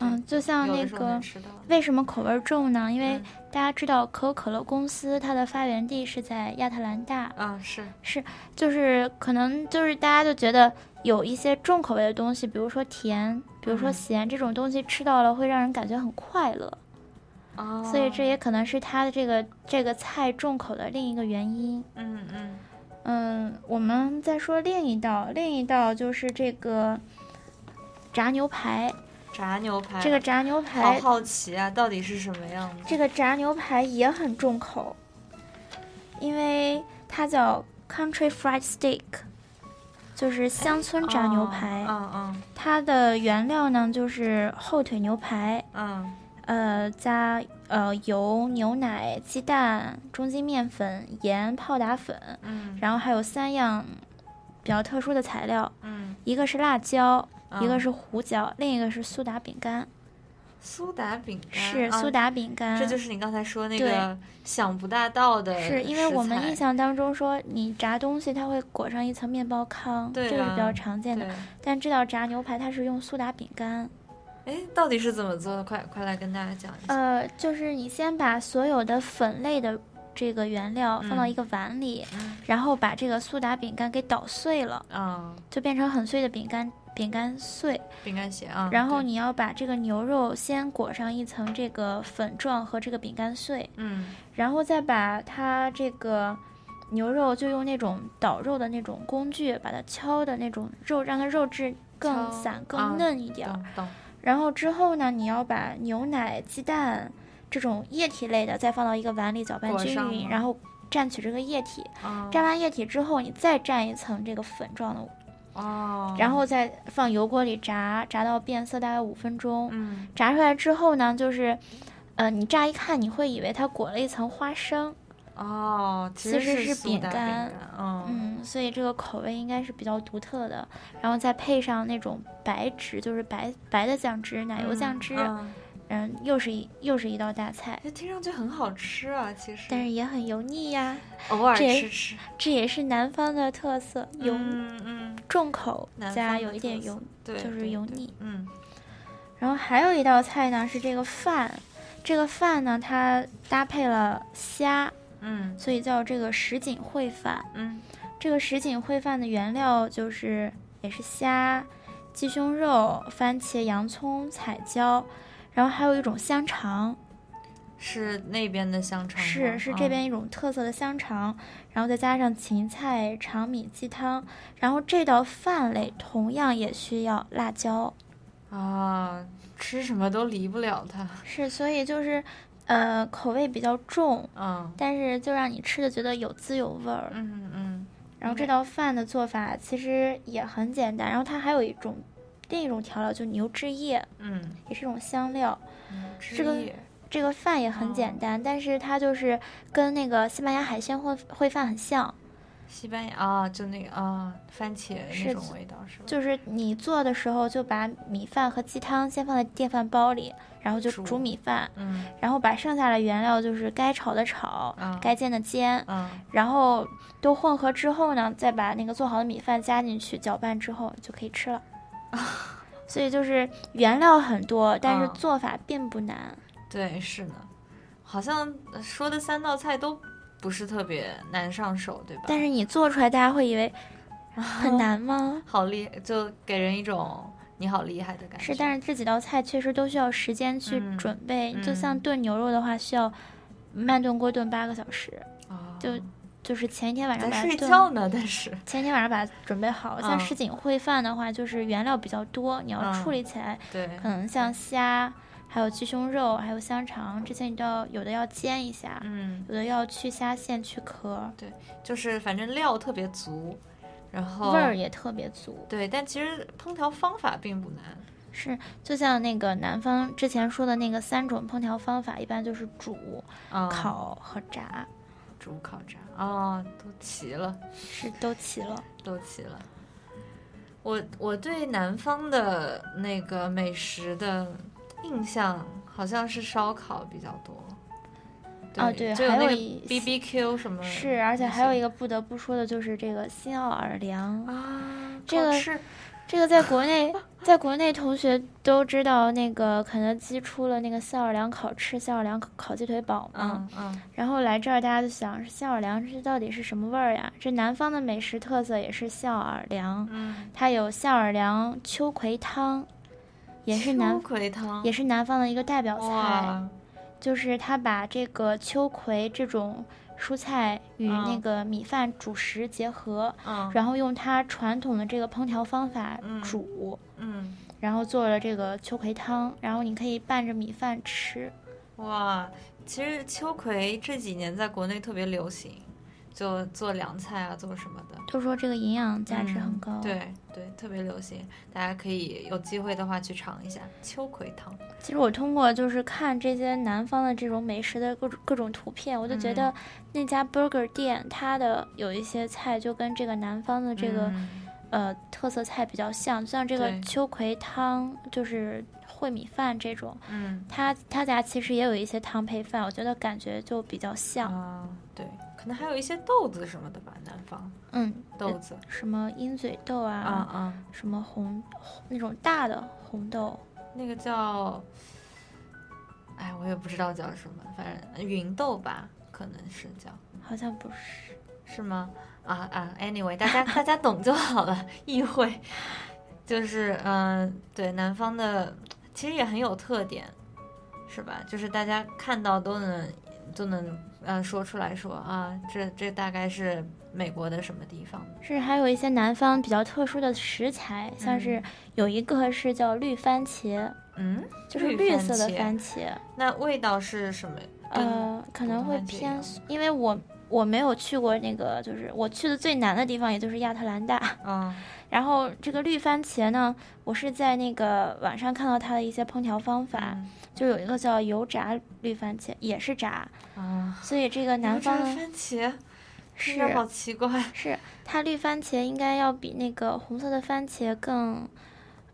Speaker 5: 嗯，就像
Speaker 3: 有
Speaker 5: 那
Speaker 3: 的时候能
Speaker 5: 个
Speaker 3: 吃到的。
Speaker 5: 为什么口味重呢？因为
Speaker 3: 嗯
Speaker 5: 大家知道可口可乐公司它的发源地是在亚特兰大，
Speaker 3: 啊，是，
Speaker 5: 就是可能就是大家就觉得有一些重口味的东西，比如说甜，比如说
Speaker 3: 嗯
Speaker 5: 咸、这种东西吃到了会让人感觉很快乐。
Speaker 3: 哦，
Speaker 5: 所以这也可能是它的这个这个菜重口的另一个原因。
Speaker 3: 嗯嗯
Speaker 5: 嗯，我们再说另一道，另一道就是这个炸牛排。
Speaker 3: 炸牛排，
Speaker 5: 这个炸牛
Speaker 3: 好
Speaker 5: 排，
Speaker 3: 哎好奇啊，到底是什么样的？
Speaker 5: 这个炸牛排也很重口，因为它叫 Country Fried Steak，就是乡村炸
Speaker 3: 哦
Speaker 5: 牛排。
Speaker 3: 嗯
Speaker 5: 它的原料呢就是后腿牛排，
Speaker 3: 嗯嗯
Speaker 5: 呃，加呃油、牛奶、鸡蛋、中筋面粉、盐、泡打粉，
Speaker 3: 嗯
Speaker 5: 然后还有三样比较特殊的材料，
Speaker 3: 嗯，
Speaker 5: 一个是辣椒，
Speaker 3: 嗯
Speaker 5: 一个是胡椒，另一个是苏打饼干，
Speaker 3: 苏打饼干，
Speaker 5: 是
Speaker 3: 啊
Speaker 5: 苏打饼干。
Speaker 3: 这就是你刚才说那
Speaker 5: 对
Speaker 3: 个想不大到的食材，
Speaker 5: 是因为我们印象当中说你炸东西它会裹上一层面包糠，
Speaker 3: 对
Speaker 5: 这个是
Speaker 3: 啊
Speaker 5: 比较常见的。
Speaker 3: 对，
Speaker 5: 但这道炸牛排它是用苏打饼干，
Speaker 3: 哎，到底是怎么做的？快快来跟大家讲一下。
Speaker 5: 呃，就是你先把所有的粉类的这个原料放到
Speaker 3: 嗯
Speaker 5: 一个碗里，
Speaker 3: 嗯
Speaker 5: 然后把这个苏打饼干给捣碎了，
Speaker 3: 啊、
Speaker 5: 就变成很碎的饼干饼干碎。
Speaker 3: 饼干鞋啊，
Speaker 5: 然后
Speaker 3: 对
Speaker 5: 你要把这个牛肉先裹上一层这个粉状和这个饼干碎，
Speaker 3: 嗯
Speaker 5: 然后再把它这个牛肉就用那种捣肉的那种工具把它敲的那种肉，让它肉质
Speaker 3: 敲
Speaker 5: 更散、
Speaker 3: 啊
Speaker 5: 更嫩一点儿。
Speaker 3: 懂懂
Speaker 5: 然后之后呢，你要把牛奶、鸡蛋这种液体类的再放到一个碗里搅拌
Speaker 3: 裹
Speaker 5: 均
Speaker 3: 上
Speaker 5: 匀，
Speaker 3: 吗
Speaker 5: 然后蘸取这个液体。
Speaker 3: 啊
Speaker 5: 蘸完液体之后，你再蘸一层这个粉状的，
Speaker 3: 哦，
Speaker 5: 然后再放油锅里炸，炸到变色大概五分钟。
Speaker 3: 嗯
Speaker 5: 炸出来之后呢，就是，呃，你乍一看你会以为它裹了一层花生，
Speaker 3: 哦，其
Speaker 5: 其
Speaker 3: 实
Speaker 5: 实是
Speaker 3: 苏
Speaker 5: 饼
Speaker 3: 打饼
Speaker 5: 干
Speaker 3: 嗯
Speaker 5: 嗯，所以这个口味应该是比较独特的。然后再配上那种白汁，就是白白的酱汁、奶油酱汁，嗯，
Speaker 3: 嗯
Speaker 5: 又是一又是一道大菜，
Speaker 3: 这听上去很好吃啊，其实，
Speaker 5: 但是也很油腻呀，
Speaker 3: 偶尔
Speaker 5: 这
Speaker 3: 吃吃，
Speaker 5: 这也是南方的特色，油、
Speaker 3: 嗯嗯，
Speaker 5: 重口
Speaker 3: 南方
Speaker 5: 加
Speaker 3: 的
Speaker 5: 有一点
Speaker 3: 特色
Speaker 5: 油。
Speaker 3: 对，
Speaker 5: 就是
Speaker 3: 对
Speaker 5: 油
Speaker 3: 对
Speaker 5: 腻
Speaker 3: 嗯
Speaker 5: 然后还有一道菜呢是这个饭，这个饭呢它搭配了虾，
Speaker 3: 嗯
Speaker 5: 所以叫这个什锦烩饭。
Speaker 3: 嗯
Speaker 5: 这个什锦烩饭的原料就是也是虾、鸡胸肉、番茄、洋葱、彩椒，然后还有一种香肠，
Speaker 3: 是那边的香肠吗，嗯
Speaker 5: 是是这边一种特色的香肠，然后再加上芹菜、长米鸡汤，然后这道饭类同样也需要辣椒，
Speaker 3: 嗯啊，吃什么都离不了它，
Speaker 5: 是所以就是，呃，口味比较重。
Speaker 3: 嗯
Speaker 5: 但是就让你吃的觉得有滋有味儿，
Speaker 3: 嗯嗯，
Speaker 5: 然后这道饭的做法其实也很简单，然后它还有一种另一种调料，就牛脂液，
Speaker 3: 嗯，
Speaker 5: 也是一种香料。
Speaker 3: 嗯
Speaker 5: 这个
Speaker 3: 汁液
Speaker 5: 这个饭也很简单，但是它就是跟那个西班牙海鲜烩烩饭很像，
Speaker 3: 西班牙啊，就那个啊，番茄那
Speaker 5: 是
Speaker 3: 种味道是吧？
Speaker 5: 就是你做的时候就把米饭和鸡汤先放在电饭煲里，然后就
Speaker 3: 煮
Speaker 5: 煮米饭，
Speaker 3: 嗯
Speaker 5: 然后把剩下的原料就是该炒的炒，
Speaker 3: 啊
Speaker 5: 该煎的煎，
Speaker 3: 嗯，
Speaker 5: 然后都混合之后呢，再把那个做好的米饭加进去，搅拌之后就可以吃了。 所以就是原料很多，但是
Speaker 3: 嗯
Speaker 5: 做法并不难。
Speaker 3: 对，是呢，好像呃说的三道菜都不是特别难上手，对吧？
Speaker 5: 但是你做出来，大家会以 为很难吗？
Speaker 3: 好厉害，就给人一种你好厉害的感觉。
Speaker 5: 是，但是这几道菜确实都需要时间去
Speaker 3: 嗯
Speaker 5: 准备。就像
Speaker 3: 嗯
Speaker 5: 炖牛肉的话，需要慢炖锅炖八个小时，
Speaker 3: 哦
Speaker 5: 就就是前一天晚上
Speaker 3: 在
Speaker 5: 把它
Speaker 3: 睡
Speaker 5: 炖
Speaker 3: 觉呢，但 是
Speaker 5: 前一天晚上把它准备好。像
Speaker 3: 嗯
Speaker 5: 什锦烩饭的话，就是原料比较多，你要
Speaker 3: 嗯
Speaker 5: 处理起来
Speaker 3: 对
Speaker 5: 可，能像虾，还有鸡胸肉，还有香肠，这些你都要有的要煎一下，
Speaker 3: 嗯，
Speaker 5: 有的要去虾线、去壳，
Speaker 3: 就是反正料特别足，然后
Speaker 5: 味儿也特别足。
Speaker 3: 对，但其实烹调方法并不难。
Speaker 5: 是，就像那个南方之前说的那个三种烹调方法，一般就是煮、
Speaker 3: 啊、
Speaker 5: 烤和炸，
Speaker 3: 煮、烤、炸，哦，都齐了。
Speaker 5: 是都齐了。
Speaker 3: 都齐了。我我对南方的那个美食的印象好像是烧烤比较多。
Speaker 5: 啊对
Speaker 3: 就有
Speaker 5: 还
Speaker 3: 那
Speaker 5: 有
Speaker 3: 个
Speaker 5: 一
Speaker 3: B B Q 什嗯么那些，
Speaker 5: 是，而且还有一个不得不说的就是这个新奥尔良，
Speaker 3: 啊，
Speaker 5: 这
Speaker 3: 好
Speaker 5: 个
Speaker 3: 吃
Speaker 5: 这个在国 内，在国内同学都知道，那个肯德基出了那个新奥尔良烤翅、新奥尔良烤烤鸡腿堡嘛。
Speaker 3: 嗯嗯
Speaker 5: 然后来这儿，大家就想，新奥尔良这到底是什么味儿呀？这南方的美食特色也是新奥尔良，
Speaker 3: 嗯，
Speaker 5: 它有新奥尔良秋葵汤，也是
Speaker 3: 秋
Speaker 5: 南
Speaker 3: 葵汤，
Speaker 5: 也是南方的一个代表菜。
Speaker 3: 哇，
Speaker 5: 就是他把这个秋葵这种蔬菜与
Speaker 3: 嗯
Speaker 5: 那个米饭主食结合，
Speaker 3: 嗯
Speaker 5: 然后用他传统的这个烹调方法
Speaker 3: 嗯
Speaker 5: 煮，
Speaker 3: 嗯，
Speaker 5: 然后做了这个秋葵汤，然后你可以拌着米饭吃。
Speaker 3: 哇，其实秋葵这几年在国内特别流行，就做凉菜啊，做什么的。
Speaker 5: 都说这个营养价值很
Speaker 3: 嗯
Speaker 5: 高，，啊
Speaker 3: 对对，特别流行，大家可以有机会的话去尝一下秋葵汤。
Speaker 5: 其实我通过就是看这些南方的这种美食的各种各种图片，我就觉
Speaker 3: 嗯
Speaker 5: 得那家 burger 店它的有一些菜就跟这个南方的这个、
Speaker 3: 嗯
Speaker 5: 呃特色菜比较像，像这个
Speaker 3: 对
Speaker 5: 秋葵汤就是烩米饭这种，
Speaker 3: 嗯
Speaker 5: 他他家其实也有一些汤配饭，我觉得感觉就比较
Speaker 3: 啊、
Speaker 5: 像，
Speaker 3: 对，可能还有一些豆子什么的吧，南方
Speaker 5: 嗯，
Speaker 3: 豆
Speaker 5: 呃
Speaker 3: 子。
Speaker 5: 什么鹰嘴豆
Speaker 3: 啊
Speaker 5: 啊，
Speaker 3: 啊，
Speaker 5: 什么红红那种大的红豆，
Speaker 3: 那个叫，哎，我也不知道叫什么，反正呃芸豆吧，可能是叫。
Speaker 5: 好像不是，
Speaker 3: 是吗？啊啊，anyway，大家大家懂就好了， 意会。就是嗯、呃对，南方的其实也很有特点，是吧？就是大家看到都能都能呃说出来说啊，这这大概是美国的什么地方？
Speaker 5: 是还有一些南方比较特殊的食材，像是
Speaker 3: 嗯
Speaker 5: 有一个是叫绿番茄，
Speaker 3: 嗯，
Speaker 5: 就是
Speaker 3: 绿
Speaker 5: 绿
Speaker 3: 番
Speaker 5: 色的
Speaker 3: 茄
Speaker 5: 番茄，
Speaker 3: 那味道是什么？跟
Speaker 5: 呃，
Speaker 3: 普
Speaker 5: 可能
Speaker 3: 通
Speaker 5: 会
Speaker 3: 番茄一
Speaker 5: 偏
Speaker 3: 样
Speaker 5: 酸，因为我我没有去过那个，就是我去的最南的地方，也就是亚特兰大。
Speaker 3: 嗯
Speaker 5: 然后这个绿番茄呢，我是在那个网上看到它的一些烹调方法，
Speaker 3: 嗯
Speaker 5: 就有一个叫油炸绿番茄，也是炸，
Speaker 3: 啊，
Speaker 5: 所以这个南
Speaker 3: 油炸
Speaker 5: 方呢
Speaker 3: 番茄，听
Speaker 5: 是
Speaker 3: 着好奇怪。
Speaker 5: 是它绿番茄应该要比那个红色的番茄更，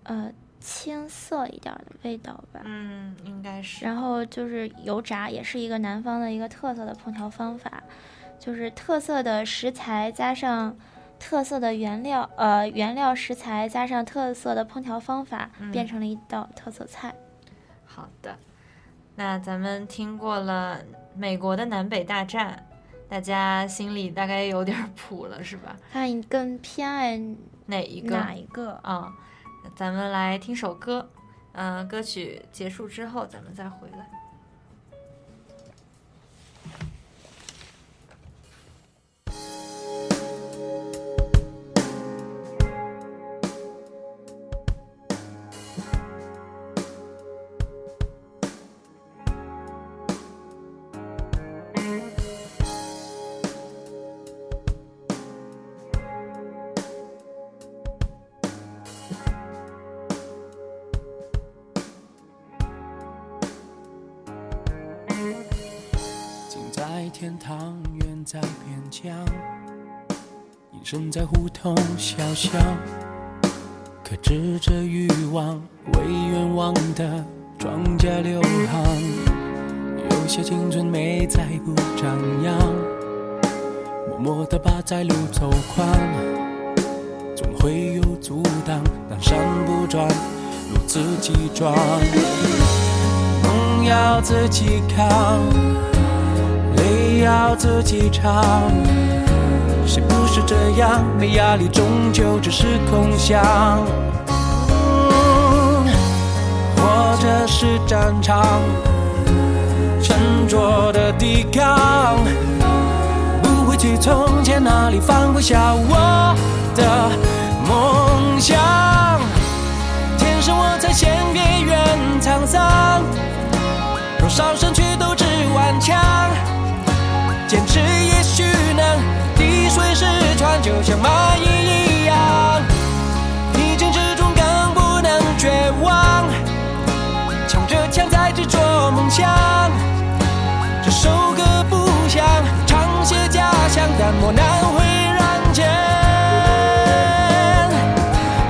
Speaker 5: 呃，青涩一点儿的味道吧。
Speaker 3: 嗯，应该是。
Speaker 5: 然后就是油炸，也是一个南方的一个特色的烹调方法，就是特色的食材加上特色的原料，呃，原料食材加上特色的烹调方法，变成了一道特色菜。
Speaker 3: 好的，那咱们听过了美国的南北大战，大家心里大概有点儿谱了，是吧？
Speaker 5: 看你更偏爱
Speaker 3: 哪一个？
Speaker 5: 哪一个？
Speaker 3: 啊、咱们来听首歌，嗯、歌曲结束之后咱们再回来。
Speaker 6: 近在天堂，远在边疆，隐身在胡同小巷，克制着欲望，为愿望的庄稼流淌。有些青春没在不张扬，默默的把窄路走宽，总会有阻挡，但山不转，路自己闯，梦要自己扛。泪要自己尝。谁不是这样？没压力，终究只是空想。嗯活着是战场，沉着的抵抗，不会去从前那里，放不下我的梦想。天生我材献给原沧桑，多少身躯斗志顽强。坚持也许能滴水石穿，就像蚂蚁一样。逆境之中更不能绝望，强着枪在执着梦想。这首歌不响，唱些家乡，但磨难会让前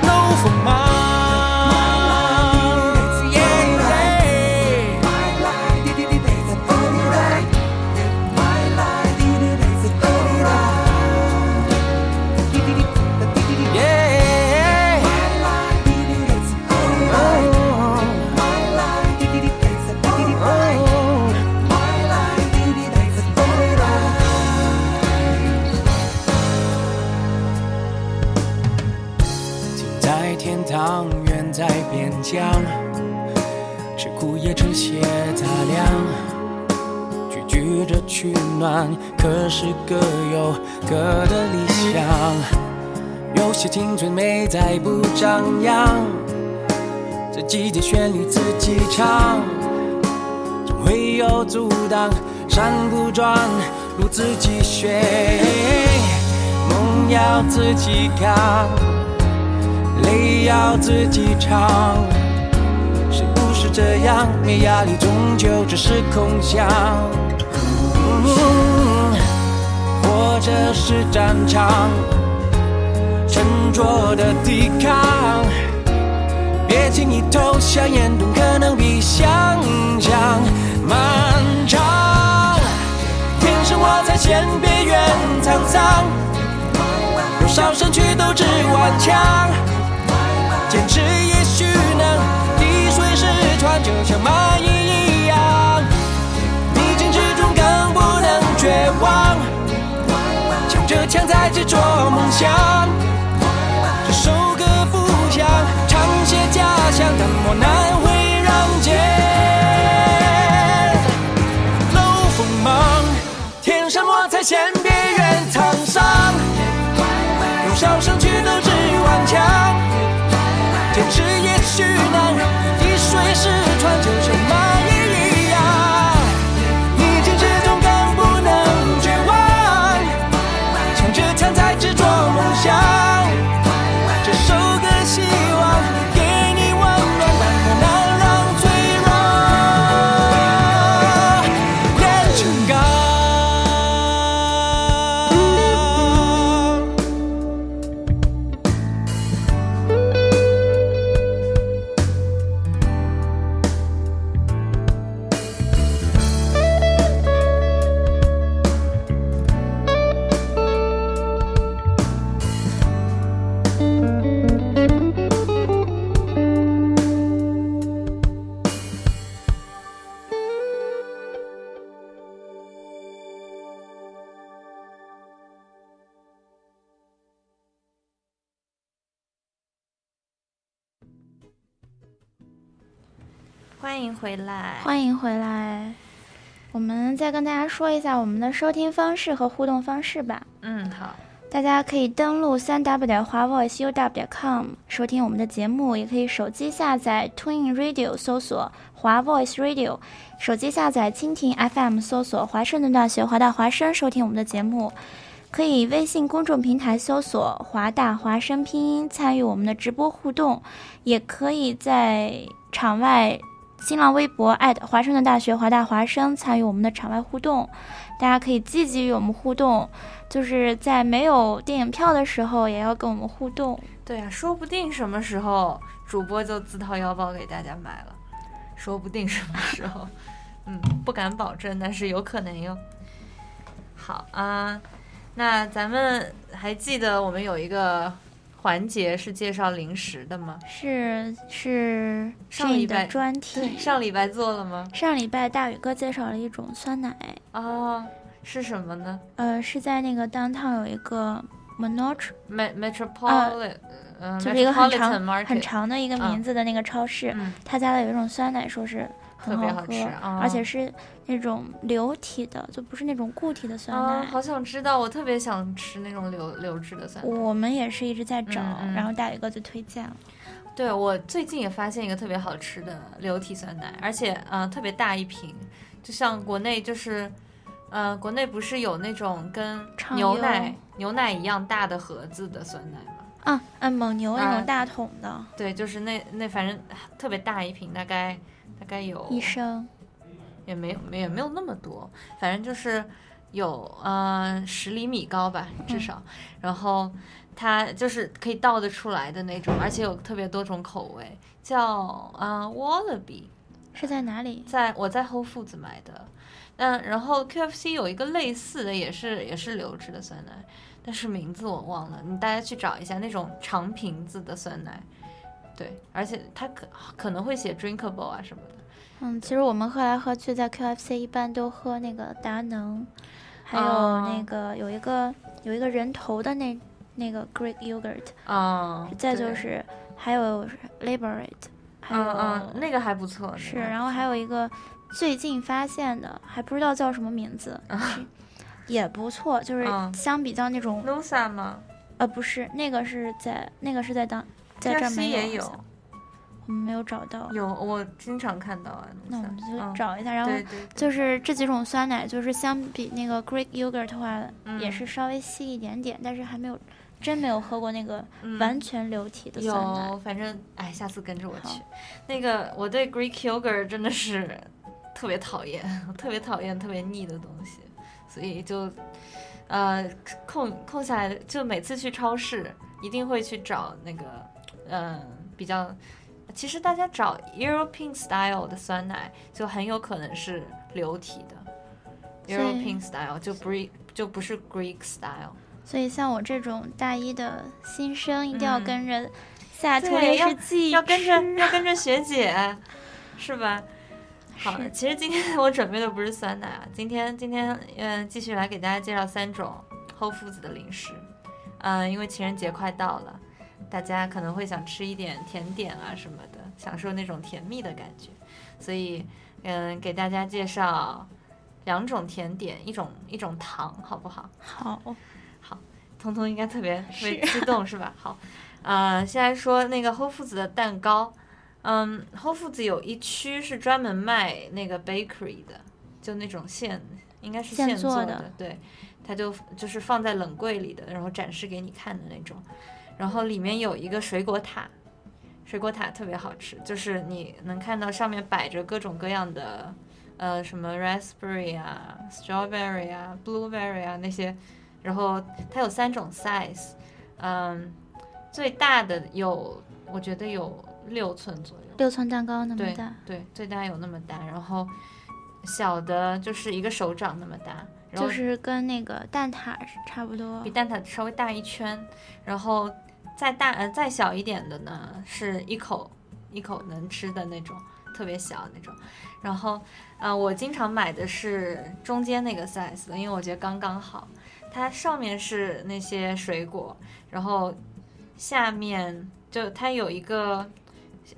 Speaker 6: 露锋芒。Yeah. Yeah. Oh. Oh.近在天堂，远在边疆，吃苦也吃些杂粮，雨着取暖，可是各有各的理想，有些青春美在不张扬，这季节旋律自己唱，总会有阻挡，山不转路自己学，梦要自己扛，泪要自己尝。是不是这样？没压力，终究只是空想。嗯活着是战场，沉着的抵抗。别轻易投降，眼中可能比想象漫长。天生我在前，别愿沧桑。多少身躯斗志顽强。坚持也许能滴水石穿，就像蚂蚁一样。逆境之中更不能绝望，强着强在执着梦想。这首歌不响，唱些家乡，但我难会让街露锋芒。天生我材鲜，别愿沧桑。用少声去斗志顽强。坚持也许难，滴水石穿，就像蚂蚁一样，逆境之中更不能绝望，强着强在执着梦想。这首歌希望给你温暖，但我难让脆弱变成钢。
Speaker 3: 欢迎回来，
Speaker 5: 欢迎回来。我们再跟大家说一下我们的收听方式和互动方式吧。
Speaker 3: 嗯，好，
Speaker 5: 大家可以登录三 w 点华 voice u w 点 com 收听我们的节目，也可以手机下载 Twin Radio 搜索华 Voice Radio，手机下载蜻蜓 FM 搜索华盛顿大学华大华声收听我们的节目。可以微信公众平台搜索“华大华声”拼音参与我们的直播互动，也可以在场外新浪微博华盛顿大学华大华声参与我们的场外互动。大家可以积极与我们互动，就是在没有电影票的时候，也要跟我们互动。
Speaker 3: 对啊，说不定什么时候主播就自掏腰包给大家买了，说不定什么时候， 嗯，不敢保证，但是有可能哟。好啊，那咱们还记得我们有一个环节是介绍零食的吗？
Speaker 5: 是是
Speaker 3: 上礼
Speaker 5: Jane
Speaker 3: 拜
Speaker 5: 的专题。
Speaker 3: 上礼拜做了吗？
Speaker 5: 上礼拜大宇哥介绍了一种酸奶，
Speaker 3: 哦，是什么呢
Speaker 5: 呃，是在那个 downtown 有一个 Monotr，
Speaker 3: ？Me- Metropolitan，嗯、呃，
Speaker 5: 啊就是一个很
Speaker 3: Metropolitan
Speaker 5: 长
Speaker 3: Market
Speaker 5: 很长的一个名字的那个超市，
Speaker 3: 嗯
Speaker 5: 他家的有一种酸奶，说是很
Speaker 3: 特别
Speaker 5: 好
Speaker 3: 好
Speaker 5: 喝，
Speaker 3: 吃啊
Speaker 5: 而且是那种流体的，就不是那种固体的酸
Speaker 3: 啊，
Speaker 5: 奶。
Speaker 3: 好想知道，我特别想吃那种流流质的酸奶。
Speaker 5: 我们也是一直在找，
Speaker 3: 嗯嗯
Speaker 5: 然后大宇哥就推荐了。
Speaker 3: 对我最近也发现一个特别好吃的流体酸奶，而且嗯、呃特别大一瓶，就像国内就是，呃，国内不是有那种跟
Speaker 5: 畅
Speaker 3: 牛
Speaker 5: 优
Speaker 3: 奶牛奶一样大的盒子的酸奶吗？
Speaker 5: 啊，嗯，蒙牛那
Speaker 3: 啊
Speaker 5: 种大桶的，
Speaker 3: 对，就是那那反正特别大一瓶，大概大概有
Speaker 5: 一升，
Speaker 3: 也没有没也没有那么多，反正就是有呃十厘米高吧，至少，然后它就是可以倒得出来的那种，而且有特别多种口味，叫啊、呃 Wallaby，
Speaker 5: 是在哪里？
Speaker 3: 在我在 Whole Foods 买的，嗯，然后 QFC 有一个类似的，也是也是流质的酸奶，但是名字我忘了，你大家去找一下那种长瓶子的酸奶，对，而且它可可能会写 drinkable 啊什么的。
Speaker 5: 嗯，其实我们喝来喝去，在 QFC 一般都喝那个达能，还有
Speaker 3: 哦
Speaker 5: 那个、有一个有一个人头的那那个 Greek yogurt，
Speaker 3: 嗯，
Speaker 5: 哦再就
Speaker 3: 对
Speaker 5: 是还有 Liberate，还有、
Speaker 3: 嗯嗯，那个还不错，
Speaker 5: 是，
Speaker 3: 那个
Speaker 5: 然后还有一个最近发现的，还不知道叫什么名字， 是也不错，就是
Speaker 3: 啊
Speaker 5: 相比较那种，
Speaker 3: Lusa 吗？
Speaker 5: 呃，不是那个是在那个是在当在这
Speaker 3: 江
Speaker 5: 儿
Speaker 3: 西
Speaker 5: 没
Speaker 3: 也
Speaker 5: 有好像，
Speaker 3: 有，
Speaker 5: 我们没有找到，
Speaker 3: 有我经常看到啊。
Speaker 5: 那我们
Speaker 3: Nusa
Speaker 5: 就、找一下，然
Speaker 3: 嗯、
Speaker 5: 后
Speaker 3: 对对对
Speaker 5: 就是这几种酸奶，就是相比那个 Greek yogurt 的话，
Speaker 3: 嗯
Speaker 5: 也是稍微稀一点点，但是还没有真没有喝过那个
Speaker 3: 嗯
Speaker 5: 完全流体的酸奶。
Speaker 3: 有，反正哎，下次跟着我去
Speaker 5: 好。
Speaker 3: 那个我对 Greek yogurt 真的是特别讨厌， 我特别讨厌特别腻的东西，所以就呃空空下来，就每次去超市一定会去找那个呃比较。其实大家找 European style 的酸奶，就很有可能是流体的
Speaker 5: 所以
Speaker 3: ，European style 就不是就不是 Greek style。
Speaker 5: 所以像我这种大一的新生，一定要
Speaker 3: 嗯
Speaker 5: 跟着下图
Speaker 3: 对
Speaker 5: 烈
Speaker 3: 要
Speaker 5: 士记
Speaker 3: 要跟着
Speaker 5: 吃啊
Speaker 3: 要跟着学姐，是吧？好
Speaker 5: 是，
Speaker 3: 其实今天我准备的不是酸奶啊，今天今天嗯、呃继续来给大家介绍三种厚麸子的零食。嗯、因为情人节快到了，大家可能会想吃一点甜点啊什么的，享受那种甜蜜的感觉。所以，嗯、给大家介绍两种甜点，一种一种糖，好不好？
Speaker 5: 好，
Speaker 3: 彤彤应该特别特别激动是吧？好，呃，现在说那个厚麸子的蛋糕，嗯，厚麸子有一区是专门卖那个 bakery 的，就那种现应该是
Speaker 5: 现
Speaker 3: 现
Speaker 5: 做
Speaker 3: 做
Speaker 5: 的
Speaker 3: 对，它就就是放在冷柜里的，然后展示给你看的那种，然后里面有一个水果塔。水果塔特别好吃，就是你能看到上面摆着各种各样的，呃，什么 raspberry 啊、strawberry 啊、blueberry 啊那些，然后它有三种 size，嗯，最大的有，我觉得有六寸左右，
Speaker 5: 六寸蛋糕那么
Speaker 3: 对
Speaker 5: 大，
Speaker 3: 对，最大有那么大，然后小的就是一个手掌那么大，然后
Speaker 5: 就是跟那个蛋挞是差不多
Speaker 3: 比。蛋挞稍微大一圈，然后再大呃再小一点的呢，是一口一口能吃的那种，特别小那种。然后呃，我经常买的是中间那个 size 的，因为我觉得刚刚好。它上面是那些水果，然后下面就它有一个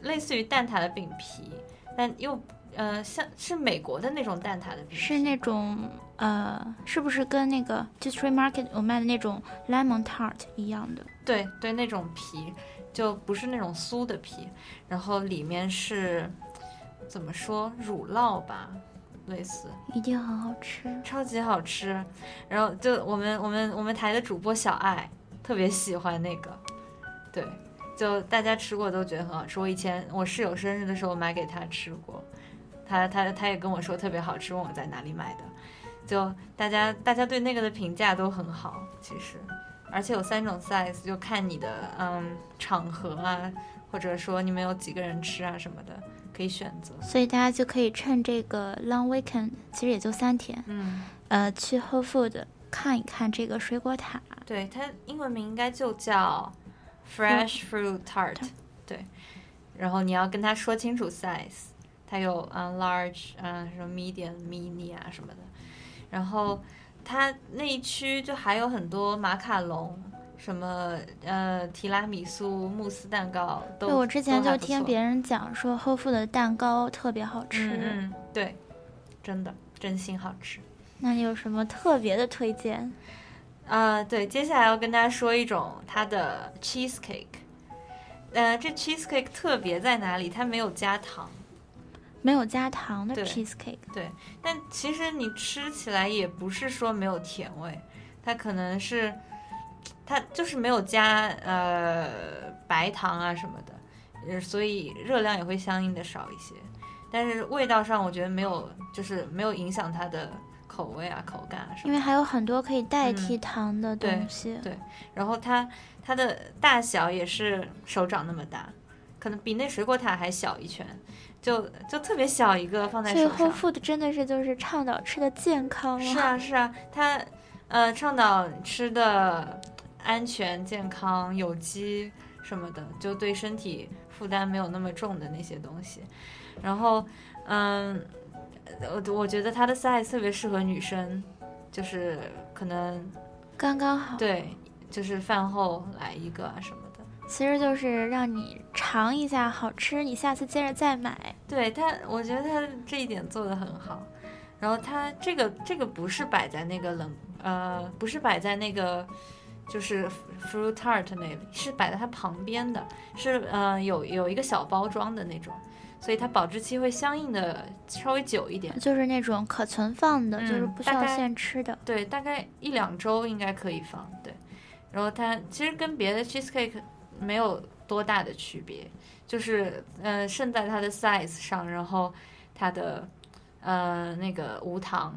Speaker 3: 类似于蛋挞的饼皮，但又呃像是美国的那种蛋挞的饼皮，
Speaker 5: 是那种呃，是不是跟那个就 Tree Market 我卖的那种 lemon tart 一样的？
Speaker 3: 对对，那种皮就不是那种酥的皮，然后里面是怎么说乳酪吧，类似，
Speaker 5: 一定很好吃。
Speaker 3: 超级好吃。然后就我们我们我们台的主播小爱特别喜欢那个，对，就大家吃过都觉得很好吃。我以前我室友生日的时候买给她吃过，她她她也跟我说特别好吃，问我在哪里买的。就大家大家对那个的评价都很好，其实，而且有三种 size，就看你的嗯场合啊，或者说你们有几个人吃啊什么的，可以选择。
Speaker 5: 所以大家就可以趁这个 long weekend，其实也就三天，
Speaker 3: 嗯，
Speaker 5: 呃，去 Whole Food 看一看这个水果塔。
Speaker 3: 对，它英文名应该就叫 Fresh Fruit Tart。对，然后你要跟他说清楚 size，它有嗯 large，嗯什么 medium、mini 啊什么的。然后它那一区就还有很多马卡龙，什么呃提拉米苏、慕斯蛋糕都。
Speaker 5: 对，我之前
Speaker 3: 都还
Speaker 5: 就
Speaker 3: 不
Speaker 5: 听
Speaker 3: 错嗯
Speaker 5: 别人讲说 Whole Food 的蛋糕特别好吃，
Speaker 3: 嗯嗯，对，真的真心好吃。
Speaker 5: 那你有什么特别的推荐？
Speaker 3: 啊，对，接下来要跟大家说一种它的 cheesecake。呃，这 cheesecake 特别在哪里？它没有加糖，
Speaker 5: 没有加糖的
Speaker 3: 对
Speaker 5: cheesecake，
Speaker 3: 但其实你吃起来也不是说没有甜味，它可能是它就是没有加呃白糖啊什么的，呃，所以热量也会相应的少一些。但是味道上，我觉得没有，就是没有影响它的口味啊、口感啊什么的。
Speaker 5: 因为还有很多可以代
Speaker 3: 嗯
Speaker 5: 替糖的
Speaker 3: 对
Speaker 5: 东西。
Speaker 3: 对然后它它的大小也是手掌那么大，可能比那水果塔还小一圈，就就特别小一个放在
Speaker 5: 所以
Speaker 3: 手
Speaker 5: Whole
Speaker 3: 上。
Speaker 5: Food 真的是就是倡导吃的健康
Speaker 3: 是
Speaker 5: 啊
Speaker 3: 啊是啊，它呃倡导吃的安全、健康、有机什么的，就对身体负担没有那么重的那些东西。然后嗯，我我觉得它的 size 特别适合女生，就是可能
Speaker 5: 刚刚好。
Speaker 3: 对，就是饭后来一个啊什么的。
Speaker 5: 其实就是让你尝一下好吃，你下次接着再买。
Speaker 3: 对他，我觉得他这一点做得很好。然后他这个这个不是摆在那个冷呃，不是摆在那个就是 fruit tart 那里，是摆在它旁边的，是呃有有一个小包装的那种，所以它保质期会相应的稍微久一点。
Speaker 5: 就是那种可存放的，
Speaker 3: 嗯
Speaker 5: 就是不需
Speaker 3: 大
Speaker 5: 要
Speaker 3: 概
Speaker 5: 现吃的。
Speaker 3: 对，大概一两周应该可以放。对，然后它其实跟别的 cheesecake 没有多大的区别，就是呃胜在它的 size 上，然后它的呃那个无糖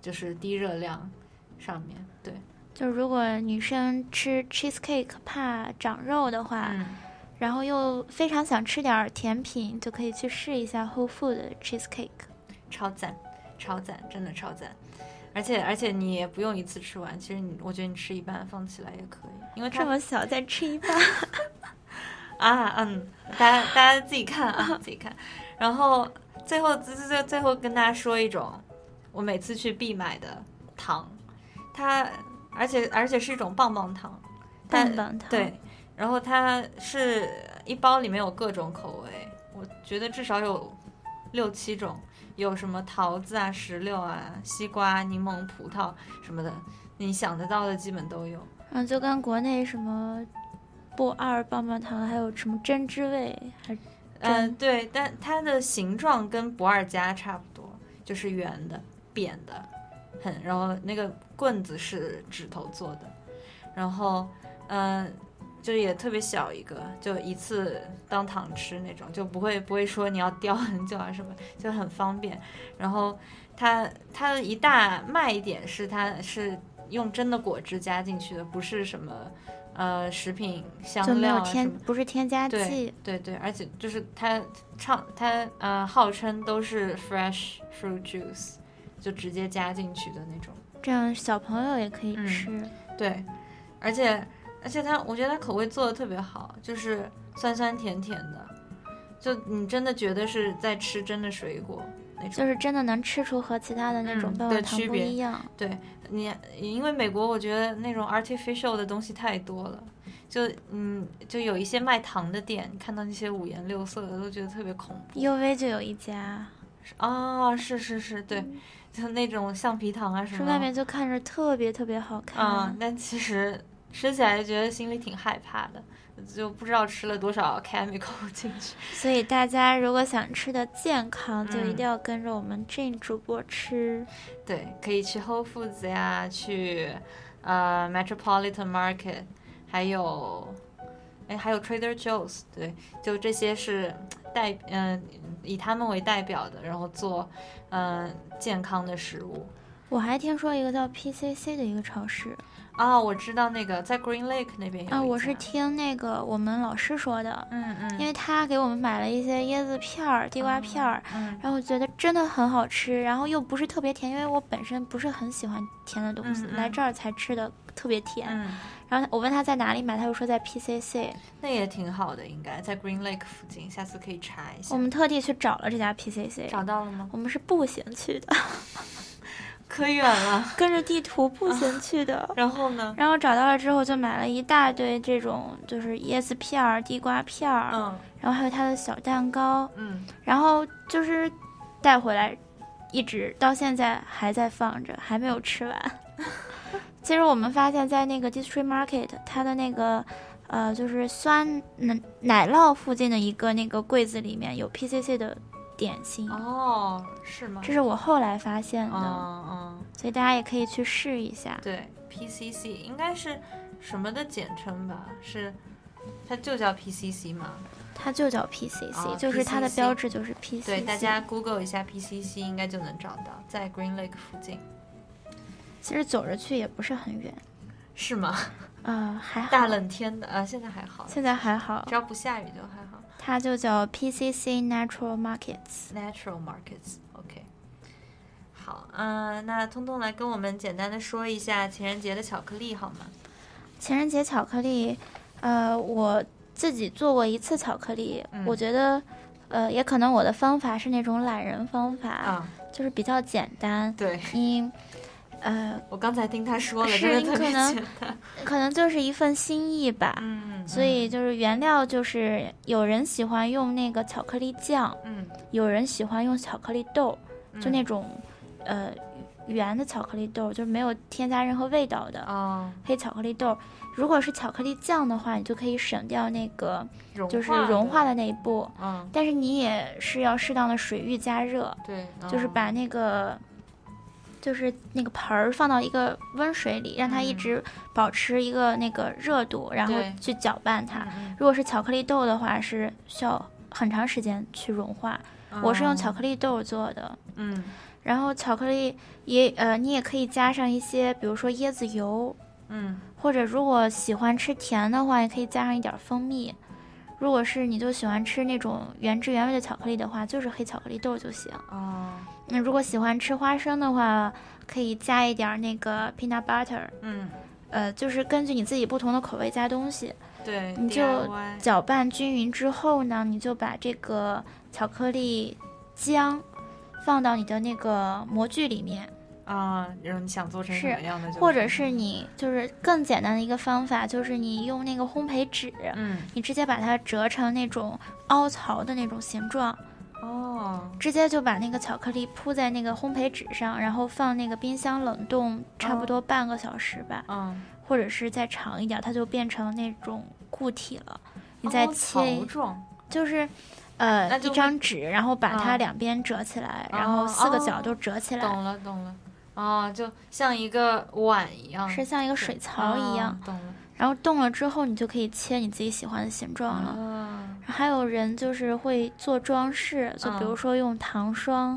Speaker 3: 就是低热量上面。对，
Speaker 5: 就是如果女生吃 cheesecake 怕长肉的话，
Speaker 3: 嗯，
Speaker 5: 然后又非常想吃点儿甜品，就可以去试一下 Whole Food 的 cheesecake。
Speaker 3: 超赞，超赞，真的超赞。而且而且你也不用一次吃完，其实你我觉得你吃一半放起来也可以，因为它
Speaker 5: 这么小再吃 一半，
Speaker 3: 啊，嗯，大家大家自己看啊，自己看。然后最后最最最后跟大家说一种，我每次去必买的糖，它而且而且是一种棒棒糖，但
Speaker 5: 棒棒糖。
Speaker 3: 对，，然后它是一包里面有各种口味，我觉得至少有六七种，有什么桃子啊、石榴啊、西瓜、柠檬、葡萄什么的，你想得到的基本都有。
Speaker 5: 嗯，就跟国内什么不二棒棒糖，还有什么针织味，还
Speaker 3: 嗯，
Speaker 5: 真
Speaker 3: 对，但它的形状跟不二家差不多，就是圆的、扁的，很，然后那个棍子是指头做的，然后，嗯、就也特别小一个，就一次当糖吃那种，就不会不会说你要雕很久啊什么，就很方便。然后它它的一大卖点是它是用真的果汁加进去的，不是什么呃食品
Speaker 5: 就
Speaker 3: 香
Speaker 5: 没
Speaker 3: 料
Speaker 5: 有
Speaker 3: 啊什
Speaker 5: 添
Speaker 3: 么。
Speaker 5: 不是添加
Speaker 3: 对
Speaker 5: 剂，
Speaker 3: 对对，而且就是它唱它呃号称都是 fresh fruit juice，就直接加进去的那种。
Speaker 5: 这样小朋友也可以
Speaker 3: 嗯
Speaker 5: 吃。
Speaker 3: 对，而且而且它我觉得它口味做的特别好，就是酸酸甜甜的，就你真的觉得是在吃真的水果那种。
Speaker 5: 就是真的能吃出和其他的那种
Speaker 3: 嗯
Speaker 5: 棒
Speaker 3: 的
Speaker 5: 棒糖
Speaker 3: 区
Speaker 5: 不
Speaker 3: 别
Speaker 5: 一样，
Speaker 3: 你因为美国，我觉得那种 artificial 的东西太多了，就嗯，就有一些卖糖的店，看到那些五颜六色的，都觉得特别恐怖。
Speaker 5: UV 就有一家，
Speaker 3: 啊，是是是，对，就那种橡皮糖啊什
Speaker 5: 是
Speaker 3: 么，
Speaker 5: 嗯外面就看着特别特别好看。
Speaker 3: 嗯，但其实吃起来就觉得心里挺害怕的，就不知道吃了多少 chemical 进 去。
Speaker 5: 所以大家如果想吃的健康，就一
Speaker 3: 嗯
Speaker 5: 定要跟着我们 Jane 主播吃。
Speaker 3: 对，可以去 Whole Foods 呀，去呃 Metropolitan Market，还有哎还有 Trader Joe's，对，就这些是代嗯、以他们为代表的，然后做嗯、健康的食物。
Speaker 5: 我还听说一个叫 PCC 的一个超市
Speaker 3: 啊、我知道那个在 Green Lake 那边有
Speaker 5: 啊，
Speaker 3: 一
Speaker 5: 我是
Speaker 3: 家
Speaker 5: 听那个我们老师说的，
Speaker 3: 嗯嗯，
Speaker 5: 因为他给我们买了一些椰子片儿、地瓜片儿，
Speaker 3: 嗯
Speaker 5: 然后我觉得真的很好吃，然后又不是特别甜，因为我本身不是很喜欢甜的东西，
Speaker 3: 嗯嗯
Speaker 5: 来这儿才吃的特别甜。
Speaker 3: 嗯，
Speaker 5: 然后我问他在哪里买，他又说在 PCC，
Speaker 3: 那也挺好的，应该在 Green Lake 附近，下次可以查一下
Speaker 5: 我。们特地去找了这家 PCC，
Speaker 3: 找到了 吗？
Speaker 5: 我们是步行 去的，
Speaker 3: 可远了。
Speaker 5: 跟着地图
Speaker 3: 啊
Speaker 5: 步行去的。
Speaker 3: 然后 呢？
Speaker 5: 然后找到了之后，就买了一大堆这种，就是椰子片儿、地瓜片儿，
Speaker 3: 嗯
Speaker 5: 然后还有它的小蛋糕，
Speaker 3: 嗯，
Speaker 5: 然后就是带回来，一直到现在还在放着，还没有吃完。 其实我们发现，在那个 District Market，它的那个呃，就是酸奶奶酪附近的一个那个柜子里面有 PCC 的点心，
Speaker 3: 哦，是吗？
Speaker 5: 这是我后来发现
Speaker 3: 嗯
Speaker 5: 的，
Speaker 3: 嗯，
Speaker 5: 所以大家也可以去试一下。
Speaker 3: 对，PCC 应该是什么的简称吧？是，它就叫 PCC 嘛？
Speaker 5: 它就叫 PCC，、
Speaker 3: 哦
Speaker 5: 就是它的
Speaker 3: PCC
Speaker 5: 标志就是 PCC。
Speaker 3: 对，大家 Google 一下 PCC，应该就能找到，在 Green Lake 附近，
Speaker 5: 其实走着去也不是很远，
Speaker 3: 是吗？
Speaker 5: 啊、还好。
Speaker 3: 大冷天的，呃，现在还好，
Speaker 5: 现在还好
Speaker 3: 只，要不下雨就还好。
Speaker 5: 它就叫 PCC Natural Markets。
Speaker 3: Natural Markets。OK，好，嗯、那通通来跟我们简单的说一下情人节的巧克力好吗？
Speaker 5: 情人节巧克力，呃，我自己做过一次巧克力，
Speaker 3: 嗯
Speaker 5: 我觉得，呃，也可能我的方法是那种懒人方法，
Speaker 3: 啊，
Speaker 5: 就是比较简单。
Speaker 3: 对
Speaker 5: 你，呃，
Speaker 3: 我刚才听他说了，
Speaker 5: 是
Speaker 3: 真的
Speaker 5: 你
Speaker 3: 特
Speaker 5: 可
Speaker 3: 别
Speaker 5: 能
Speaker 3: 简单。
Speaker 5: 可能就是一份心意吧。
Speaker 3: 嗯
Speaker 5: 所以就是原料就是有人喜欢用那个巧克力酱，
Speaker 3: 嗯，
Speaker 5: 有人喜欢用巧克力豆，就那
Speaker 3: 种
Speaker 5: 种呃圆的巧克力豆，就是没有添加任何味道的
Speaker 3: 哦，
Speaker 5: 黑巧克力豆。如果是巧克力酱的话，你就可以省掉那个
Speaker 3: 融
Speaker 5: 就是
Speaker 3: 化
Speaker 5: 融
Speaker 3: 的
Speaker 5: 化的那一步，
Speaker 3: 嗯，
Speaker 5: 但是你也是要适当的水浴加热，
Speaker 3: 对，
Speaker 5: 就是
Speaker 3: 嗯
Speaker 5: 把那个。就是那个盆儿放到一个温水里，让它一
Speaker 3: 嗯
Speaker 5: 直保持一个那个热度，然后
Speaker 3: 对
Speaker 5: 去搅拌它。
Speaker 3: 嗯
Speaker 5: 如果是巧克力豆的话，是需要很长时间去融化。
Speaker 3: 嗯
Speaker 5: 我是用巧
Speaker 3: 哦
Speaker 5: 克力豆做的，
Speaker 3: 嗯
Speaker 5: 然后巧克力也呃，你也可以加上一些，比如说椰子油，
Speaker 3: 嗯
Speaker 5: 或者如果喜欢吃甜的话，也可以加上一点儿蜂蜜。如果是你就喜欢吃那种原汁原味的巧克力的话，就是黑巧克力豆就行。
Speaker 3: 哦
Speaker 5: 那如果喜欢吃花生的话，可以加一点儿那个 peanut butter，
Speaker 3: 嗯，
Speaker 5: 呃，就是根据你自己不同的口味加东西。
Speaker 3: 对，
Speaker 5: 你就
Speaker 3: DIY
Speaker 5: 搅拌均匀之后呢，你就把这个巧克力浆放到你的那个模具里面，
Speaker 3: 啊，然后你想做成什
Speaker 5: 是
Speaker 3: 么样的就，
Speaker 5: 或者是你就是更简单的一个方法，就是你用那个烘焙纸，
Speaker 3: 嗯
Speaker 5: 你直接把它折成那种凹槽的那种形状，
Speaker 3: 哦，
Speaker 5: 直接就把那个巧克力铺在那个烘焙纸上，然后放那个冰箱冷冻差不多半个小时吧，
Speaker 3: 嗯，
Speaker 5: 或者是再长一点，它就变成那种固体了。你再
Speaker 3: 哦
Speaker 5: 切一
Speaker 3: 槽状，
Speaker 5: 就是，呃，
Speaker 3: 那
Speaker 5: 一
Speaker 3: 就会
Speaker 5: 张纸，然后把它
Speaker 3: 啊
Speaker 5: 两边折起来，然
Speaker 3: 哦
Speaker 5: 后四个
Speaker 3: 哦
Speaker 5: 角都折起来，
Speaker 3: 懂了懂了，哦，就像一个碗一样，
Speaker 5: 是像一个水槽一样。
Speaker 3: 哦，懂了
Speaker 5: 然后冻了之后，你就可以切你自己喜欢的形状了。
Speaker 3: 啊，
Speaker 5: 还有人就是会做装饰，就比
Speaker 3: 啊
Speaker 5: 如说用糖霜、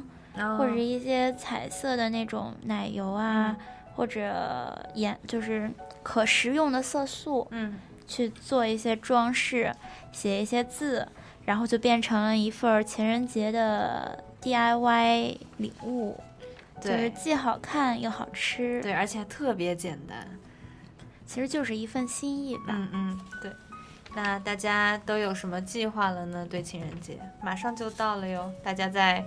Speaker 5: 或者
Speaker 3: 哦
Speaker 5: 一些彩色的那种奶油啊，
Speaker 3: 嗯
Speaker 5: 或者颜就是可食用的色素
Speaker 3: 嗯
Speaker 5: 去做一些装饰，写一些字，然后就变成了一份儿情人节的 DIY 礼物。就是
Speaker 3: 对
Speaker 5: 既好看又好吃，
Speaker 3: 对，而且还特别简单，
Speaker 5: 其实就是一份心意吧。
Speaker 3: 嗯嗯，对。那大家都有什么计划了呢？对情人节马上就到了哟，大家再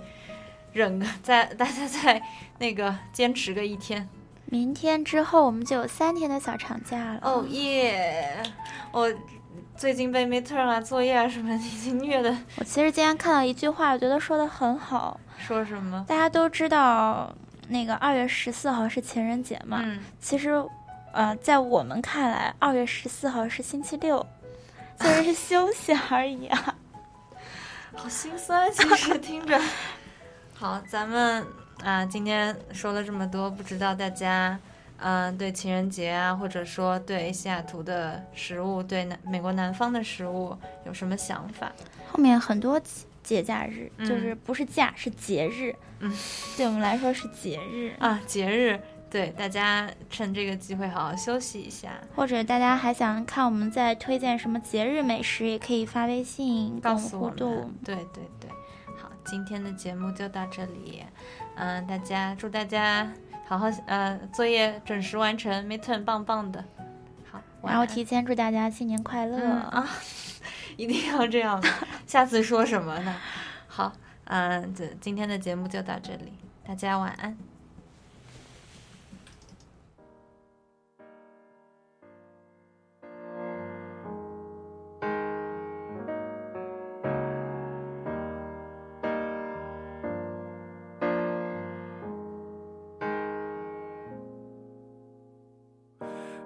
Speaker 3: 忍个，再大家再那个坚持个一天。
Speaker 5: 明天之后我们就有三天的小长假了。
Speaker 3: 哦耶！我最近被 midterm 啊、作业啊什么的已经虐的，
Speaker 5: 我其实今天看到一句话，我觉得说的很好。
Speaker 3: 说什么？
Speaker 5: 大家都知道，那个二月十四号是情人节嘛。
Speaker 3: 嗯，
Speaker 5: 其实，呃，在我们看来，二月十四号是星期六，其实是休息而已啊。
Speaker 3: 好心酸，其实听着。 好，咱们啊、今天说了这么多，不知道大家嗯、呃对情人节啊，或者说对西雅图的食物，对南美国南方的食物有什么想法？
Speaker 5: 后面很多节节假日，
Speaker 3: 嗯
Speaker 5: 就是不是假是节日，
Speaker 3: 嗯，
Speaker 5: 对我们来说是节日。
Speaker 3: 啊，节日，对大家趁这个机会好好休息一下，
Speaker 5: 或者大家还想看我们在推荐什么节日美食，也可以发微信跟
Speaker 3: 告
Speaker 5: 我们
Speaker 3: 诉我
Speaker 5: 互动
Speaker 3: 们。。对对对，好，今天的节目就到这里，嗯、大家祝大家好好呃作业准时完成，midterm 棒棒的。好，晚
Speaker 5: 然后
Speaker 3: 安
Speaker 5: 提前祝大家新年快乐！
Speaker 3: 嗯啊， 一定要这样的下次说什么呢？好，嗯、这今天的节目就到这里，大家晚安。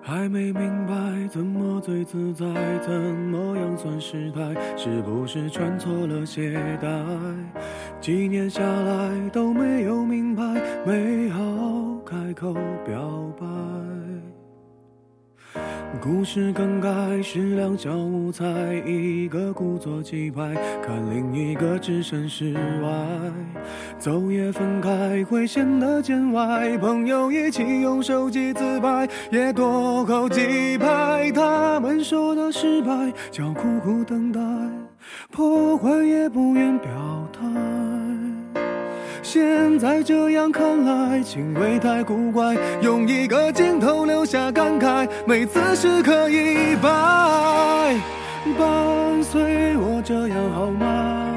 Speaker 1: 还没明白怎么最自在，怎么样算失态？是不是穿错了鞋带？几年下来都没有明白，没好开口表白。故事梗概是两小无猜，一个故作气派，看另一个置身事外。走也分开会显得见外，朋友一起用手机自拍，也多扣几拍。他们说的失败叫苦苦等待，破坏也不愿表态。现在这样看来，行为太古怪，用一个镜头留下感慨，每次时刻一百，伴随我这样好吗？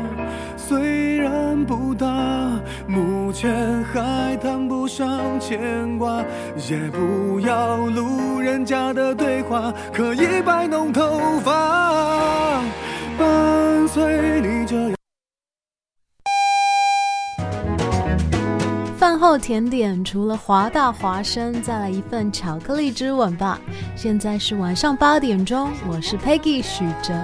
Speaker 1: 虽然不大，目前还谈不上。上牵挂，也不要路人甲的对话，可以摆弄头发，伴随你这样。
Speaker 7: 饭后甜点除了华大华生，再来一份巧克力之吻吧。现在是晚上八点钟，我是 Peggy 许哲。